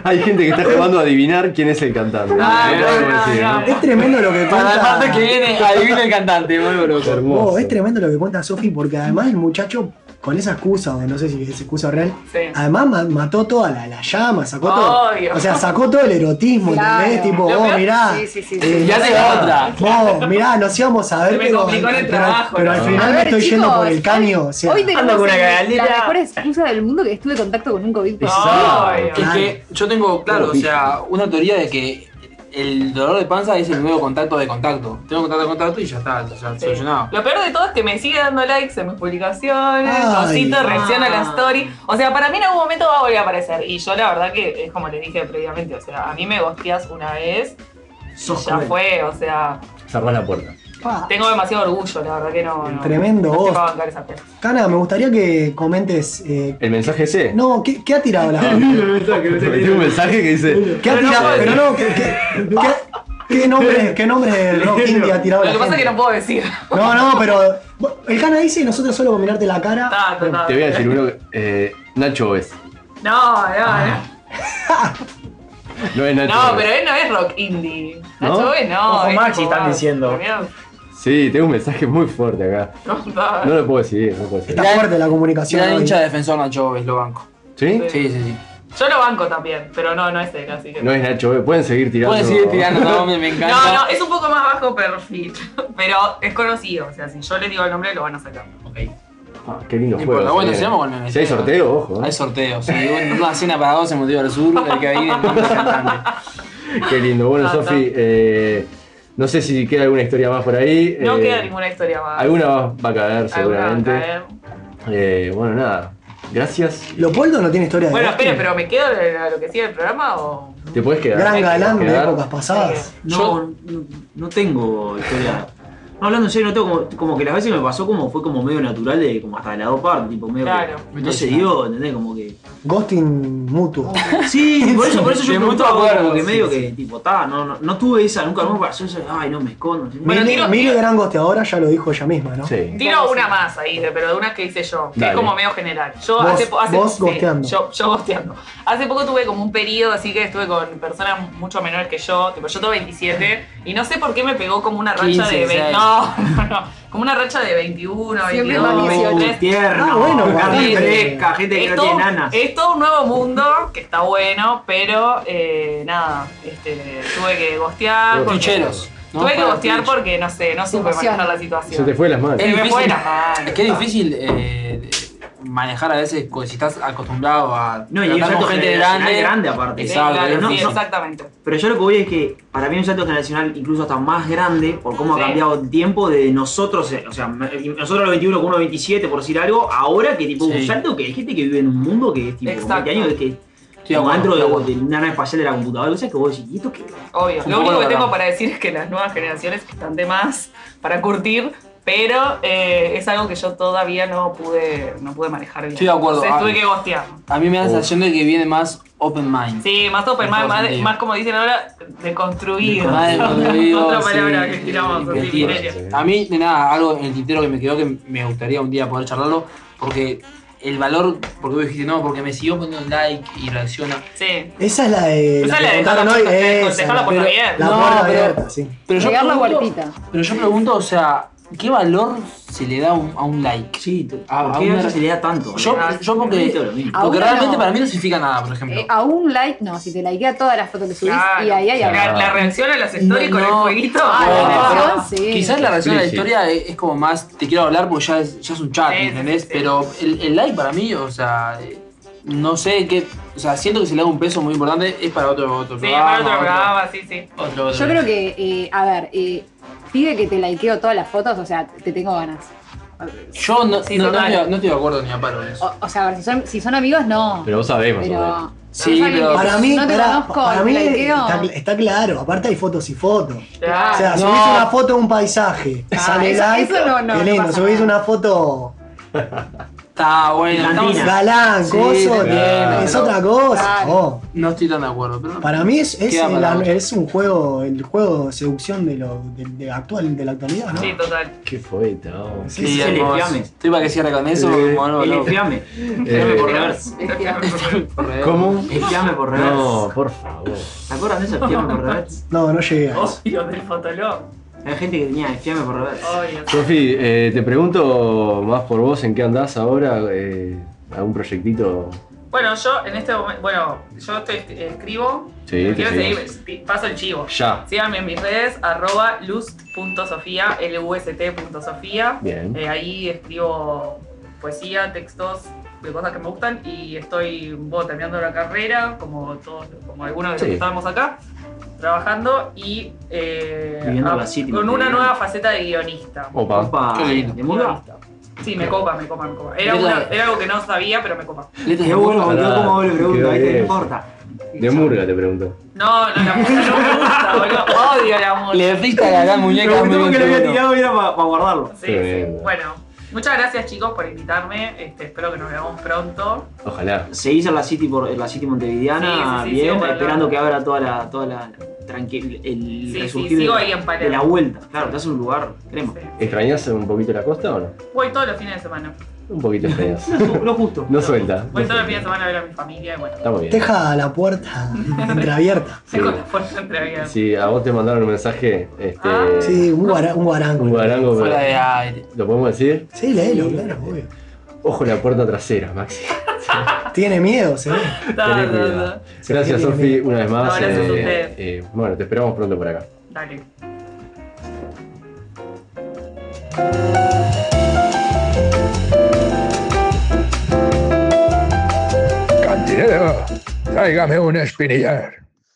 S3: <laughs>
S5: Hay gente que está jugando a adivinar quién es el cantante.
S3: Ah,
S5: No sé cómo
S3: no,
S5: decir,
S3: no,
S5: ¿no?
S2: Es tremendo lo que
S4: Para la parte que
S2: cuenta.
S4: viene, adivina el cantante, vuelvo loco.
S5: Hermoso.
S2: Oh, es tremendo lo que cuenta Sofi, porque además el muchacho, con esa excusa, o no sé si es excusa real,
S3: Sí.
S2: además ma- mató toda la, la llama, sacó todo.
S3: Obvio.
S2: O sea, sacó todo el erotismo,
S7: Claro.
S2: ¿entendés? Tipo,
S3: Lo
S2: vos
S3: peor-
S2: mirá.
S7: Sí, sí, sí.
S2: eh,
S4: Ya se va otra.
S2: Vos, mirá, nos íamos a ver,
S3: Se me
S2: pero,
S3: complicó en el
S2: pero-
S3: trabajo,
S2: pero
S3: ¿no?
S2: al
S7: A
S2: final me
S7: ver,
S2: estoy
S7: chicos,
S2: yendo por el
S7: hoy-
S2: caño. O sea,
S7: Hoy tenemos
S6: ando con una
S7: el-
S6: cagadera.
S7: la mejor excusa del mundo que estuve en contacto con un COVID
S3: Exacto.
S7: positivo.
S4: Es que yo tengo, claro, o sea, una teoría de que el dolor de panza es el nuevo contacto de contacto. Tengo contacto de contacto y ya está, ya está
S3: Sí.
S4: solucionado.
S3: Lo peor de todo es que me sigue dando likes en mis publicaciones,
S2: Ay.
S3: cositas, reacciona a la
S4: Ah.
S3: story. O sea, para mí en algún momento va a volver a aparecer. Y yo la verdad que es como le dije previamente, o sea, a mí me gosteas una vez y
S6: Sos
S3: ya
S6: <laughs> cruel.
S3: fue, o sea,
S5: Cerrás la puerta.
S7: Ah.
S3: tengo demasiado orgullo, la verdad que no. no-
S2: Tremendo
S3: no sé
S2: vos.
S3: para bancar esas cosas.
S2: Cana, me gustaría que comentes. eh,
S5: El mensaje ese.
S2: no, ¿qué, qué ha tirado la
S5: Te metí un mensaje que dice.
S2: ¿Qué ha
S3: Pero no
S2: tirado?
S3: puedo
S2: Pero
S3: decir.
S2: no, ¿qué, qué, qué- qué nombre, qué nombre de rock indie ha tirado
S3: Lo
S2: la
S3: que pasa es que
S2: gente?
S3: no puedo decir. <laughs>
S2: No, no, pero bueno, el cana dice y nosotros solo con mirarte la cara.
S3: Ta, ta, ta.
S5: Te voy a decir uno que. eh, Nacho Oves.
S3: No, no, no.
S5: Ah, No es Nacho
S3: No,
S5: Oves.
S3: pero él no es rock indie.
S5: ¿No?
S3: Nacho Boy no.
S6: Ojo
S3: es
S6: Maxi
S3: como
S6: están
S3: más-
S6: diciendo.
S3: Mirá, <laughs>
S5: Sí, tengo un mensaje muy fuerte acá.
S3: no, no.
S5: No lo puedo decidir, no puedo decidir.
S2: Está fuerte la comunicación.
S4: Gran
S2: hoy.
S4: hincha defensor Nacho Oves, lo banco.
S5: ¿Sí?
S4: Sí, sí, sí.
S3: Yo lo banco también, pero no, no es él, así que.
S5: No es Nacho Oves. Pueden seguir tirando.
S4: Puedes seguir
S6: <laughs>
S4: tirando, no, me, me encanta.
S3: No, no, es un poco más bajo perfil, <laughs> pero es conocido. O sea, si yo le digo el nombre, lo van a sacar.
S5: Ah, qué lindo
S4: No
S5: juego.
S4: importa, bueno,
S5: se
S4: sigamos con
S5: viene.
S4: el-
S5: Si hay sorteo, ojo. eh.
S4: Hay sorteos, sí. un- Una cena para dos en Motivo del Sur, el que va a ir es un
S3: <laughs>
S4: cantante.
S5: Qué lindo. Bueno,
S3: Ah,
S5: Sofi, eh, no sé si queda alguna historia más por ahí.
S3: No
S5: eh,
S3: queda ninguna historia más.
S5: Alguna va va a caer,
S3: Alguna va a
S5: seguramente.
S3: caer.
S5: Eh, bueno, nada. Gracias.
S2: Leopoldo no tiene historia de
S3: Bueno,
S5: <laughs>
S2: ghosting.
S3: espere, pero ¿me quedo a lo que sigue el programa o.?
S5: Te puedes quedar.
S2: Gran galán de
S5: Quedar.
S2: épocas pasadas.
S6: No, no, no tengo historia. No, hablando en serio, no tengo como, como que las veces me pasó como fue como medio natural de como hasta de las dos partes, tipo medio
S3: Claro.
S6: que no se dio, ¿entendés? Como que.
S2: Ghosting mutuo.
S3: Oh. <laughs>
S6: Sí, por eso, por eso
S4: De
S6: yo
S4: mutuo
S6: preguntaba como
S4: acuerdo,
S6: que
S4: sí,
S6: medio
S4: sí.
S6: que tipo, ta, no, no, no tuve esa, nunca me pasó eso, de, ay no me escondo. ¿sí?
S3: Bueno,
S2: Mili,
S3: tiro-
S2: Mili gran gosteadora ya lo dijo ella misma, ¿no?
S5: Sí.
S3: Tiro una más ahí, de- pero de unas que hice yo, que
S5: Dale.
S3: es como medio general. Yo
S2: Vos-
S3: hace, po- hace
S2: vos gosteando.
S3: Yo, yo gosteando. Hace poco tuve como un periodo, así que estuve con personas mucho menores que yo, tipo yo tengo 27, y no sé por qué me pegó como una racha
S4: 15,
S3: de 20,
S4: seis.
S3: no, no, no, como una racha de 21,
S7: Siempre
S3: 22,
S7: más
S6: No,
S3: 23.
S6: tierno.
S2: Ah, bueno,
S6: gente
S3: bueno.
S4: eh,
S6: fresca, gente que
S3: Es
S6: no
S3: todo,
S6: tiene nanas.
S3: es todo un nuevo mundo que está bueno, pero eh, nada, este, tuve que gostear.
S5: Los
S3: porque-
S4: Trincheros. ¿no?
S3: Tuve que
S4: Para
S3: gostear
S4: Twitch.
S3: porque no sé, no supe
S7: Emoción.
S3: manejar la
S5: Se
S3: situación.
S5: te fue de las manos.
S3: Eh,
S4: Es
S3: me
S4: difícil,
S3: fue de las manos.
S4: qué difícil eh, de- manejar a veces cu- si estás acostumbrado a
S6: No, y hay un
S4: tratar con
S6: salto
S4: gente
S6: generacional
S4: grande.
S6: grande aparte.
S3: Sí,
S4: Exacto,
S3: claro,
S4: es
S3: sí,
S4: difícil.
S3: exactamente.
S6: Pero yo lo que voy es que para mí hay un salto generacional incluso hasta más grande por cómo
S3: Sí.
S6: ha cambiado el tiempo de nosotros, eh, o sea, nosotros a los 21 con unos 27 por decir algo, ahora que tipo un
S4: Sí.
S6: salto que hay gente que vive en un mundo que es tipo con
S3: Exacto.
S6: 20 años es que
S4: Estoy de
S6: como
S4: acuerdo,
S6: dentro
S4: estoy de
S6: de,
S4: acuerdo.
S6: de una nave espacial de la computadora, o sea, que vos decís, ¿y esto qué?
S3: Obvio.
S4: Es un
S3: Lo
S4: poco
S3: único que
S4: la
S3: tengo
S4: verdad.
S3: para decir es que las nuevas generaciones están de más para curtir, pero eh, es algo que yo todavía no pude, no pude manejar bien.
S4: Estoy de acuerdo.
S3: Entonces,
S4: Ah.
S3: tuve que gostear.
S4: A mí me da la sensación de que viene más open mind.
S3: Sí, más open,
S4: En
S3: más,
S4: todo
S3: más,
S4: sentido.
S3: más como dicen ahora, deconstruido.
S4: Más
S3: <laughs>
S4: deconstruido,
S3: Otra
S4: sí,
S3: palabra que tiramos
S4: eh,
S3: así,
S4: divertido.
S3: Mireia.
S4: A mí, de nada, algo en el tintero que me quedó que me gustaría un día poder charlarlo, porque el valor, porque vos dijiste, no, porque me siguió poniendo like y reacciona.
S3: Sí.
S2: Esa es la de.
S3: Esa es la de
S2: contaron
S3: dejar la
S2: hoy,
S3: puerta-
S2: esa,
S3: dejar la puerta abierta.
S2: La
S4: No,
S2: puerta
S4: pero-
S2: abierta, sí.
S4: Pero yo,
S7: Pegar la
S4: pregunto,
S7: huertita.
S4: pero yo pregunto, o sea, ¿Qué valor se le da a un- a un like? Ah,
S6: Sí,
S4: a,
S6: ¿por qué a eso se le da tanto?
S4: Yo,
S6: Le da-
S4: yo
S6: le
S4: porque,
S6: da todo lo mismo.
S4: porque
S7: Ahora
S4: realmente
S7: no.
S4: para mí no significa nada, por ejemplo.
S7: Eh, a un like, no, si te likea todas las fotos que subís y ahí hay
S4: Claro.
S7: algo.
S4: La- la
S3: reacción a las stories con el fueguito.
S7: Ah,
S4: No.
S7: la reacción, sí.
S4: Quizás la reacción a la
S7: Sí, sí.
S4: historia es, es como más, te quiero hablar porque ya es, ya es un chat, ¿entendés? Pero el, el like para mí, o sea, eh, no sé qué. O sea, siento que se le da un peso muy importante, es para otro, otro
S3: Sí,
S4: programa.
S3: para otro programa, sí, sí.
S4: Otro, otro.
S7: Yo creo que, eh, a ver, eh, pide que te likeo todas las fotos, o sea, te tengo ganas.
S4: Yo no,
S7: Sí,
S4: no, no
S7: total. Oh,
S4: estoy, no estoy de acuerdo ni a paro en eso.
S7: O, o sea, a ver, si son, si son amigos, no.
S5: Pero vos sabés, más o menos.
S7: Pero.
S4: Sí,
S7: Yo alguien
S4: pero-
S7: que
S4: Para
S2: mí,
S7: no te
S2: pará,
S7: conozco,
S2: para
S7: te
S2: mí
S7: likeo.
S2: está, cl- está claro, aparte hay fotos y fotos.
S7: Claro.
S2: O sea,
S7: Ah, No.
S2: subís una foto de un paisaje,
S7: Ah,
S2: sale
S7: eso-
S2: like,
S7: eso no- no,
S2: qué
S7: no
S2: lindo,
S7: pasa
S2: subís una foto
S4: Está bueno.
S2: galán,
S4: estamos- Sí,
S2: coso,
S4: te entiendo,
S2: es
S4: pero
S2: otra cosa.
S4: Claro.
S2: oh.
S4: No estoy tan de acuerdo. Pero
S2: Para mí es, es
S4: Queda
S2: el-
S4: para otro.
S2: es un juego, el juego de seducción de lo de, de actual, de la actualidad, ¿no?
S3: Sí, total.
S5: Qué poeta. oh.
S4: Sí, hermoso. Estoy para que cierre con eso.
S5: Eh,
S4: como no,
S5: el
S4: no.
S5: espiame.
S6: Espiame por reversa.
S5: Eh,
S7: <laughs>
S5: ¿Cómo?
S6: Espiame por reversa.
S5: No, por favor.
S6: ¿Te acuerdas de eso? Espiame por reversa.
S2: No, no llegué a eso.
S3: Odio del fotolog.
S6: Hay gente que tenía espiame por reversa.
S5: Sofi, eh, te pregunto más por vos en qué andás ahora. eh, ¿Algún proyectito?
S3: Bueno, yo en este momento, bueno, yo estoy, escribo.
S5: Sí,
S3: Me
S5: te
S3: quiero
S5: seguimos.
S3: seguir, pi- paso el chivo.
S5: Ya.
S3: Síganme en mis redes, arroba lust.sofía, lust.sofía.
S5: Bien.
S3: Eh, ahí escribo poesía, textos de cosas que me gustan y estoy bueno, terminando la carrera, como todos, como algunos de los
S6: Sí.
S3: que estábamos acá, trabajando y eh,
S6: Viviendo
S3: a-
S6: la city,
S3: con
S6: muy
S3: una
S6: bien.
S3: nueva faceta de guionista.
S5: Opa.
S6: Opa.
S3: Qué
S6: ¿De muda?
S3: Sí, me copa, me copa, me copa. Era,
S6: Mira.
S3: una- era algo que no sabía, pero me copa.
S4: Letras de
S6: Qué bueno,
S5: Murga.
S6: yo como le pregunto,
S5: Qué
S6: ¿viste? No
S5: bien.
S6: importa.
S5: De Murga te pregunto.
S3: No, no, la música no me gusta, boludo. Odio la música.
S4: Le diste a la gran muñeca.
S6: Me gustó
S4: muy
S6: porque lo había
S4: bueno.
S6: tirado y era para guardarlo.
S3: Sí, sí. Bueno, muchas gracias chicos por invitarme. Este, espero que nos veamos pronto.
S5: Ojalá.
S6: Se hizo la City por la City Montevideana,
S3: Sí, sí, sí,
S6: bien,
S3: sigo para
S6: esperando
S3: acá.
S6: que abra toda la, toda la tranqui- el
S3: Sí,
S6: resurgir
S3: sí,
S6: de,
S3: sigo
S6: la-
S3: ahí en Palermo.
S6: de la vuelta. Claro, te hace un lugar, crema.
S5: ¿Extrañas un poquito la costa o no?
S3: Este, Voy todos los fines de semana.
S5: Un poquito extrañas.
S6: Lo justo.
S5: No suelta.
S3: Voy todos los fines de semana a ver a mi familia y bueno.
S5: Está muy bien.
S2: Deja la puerta <laughs> entreabierta.
S3: Tengo la puerta entreabierta.
S5: Sí, a vos te mandaron un mensaje. Este,
S2: Sí, un, guara- un guarango.
S5: Un guarango.
S2: Fuera
S5: pero-
S2: de
S5: ¿Lo podemos decir?
S2: Sí, léelo, claro, obvio.
S5: Ojo la puerta trasera, Maxi.
S2: Tiene miedo, se ve.
S5: Tenés cuidado. Gracias,
S2: tiene
S5: Sofi, una vez más.
S3: No, gracias a ustedes.
S5: eh, bueno, te esperamos pronto por acá.
S3: Dale.
S12: Cantinero, tráigame un espinillar.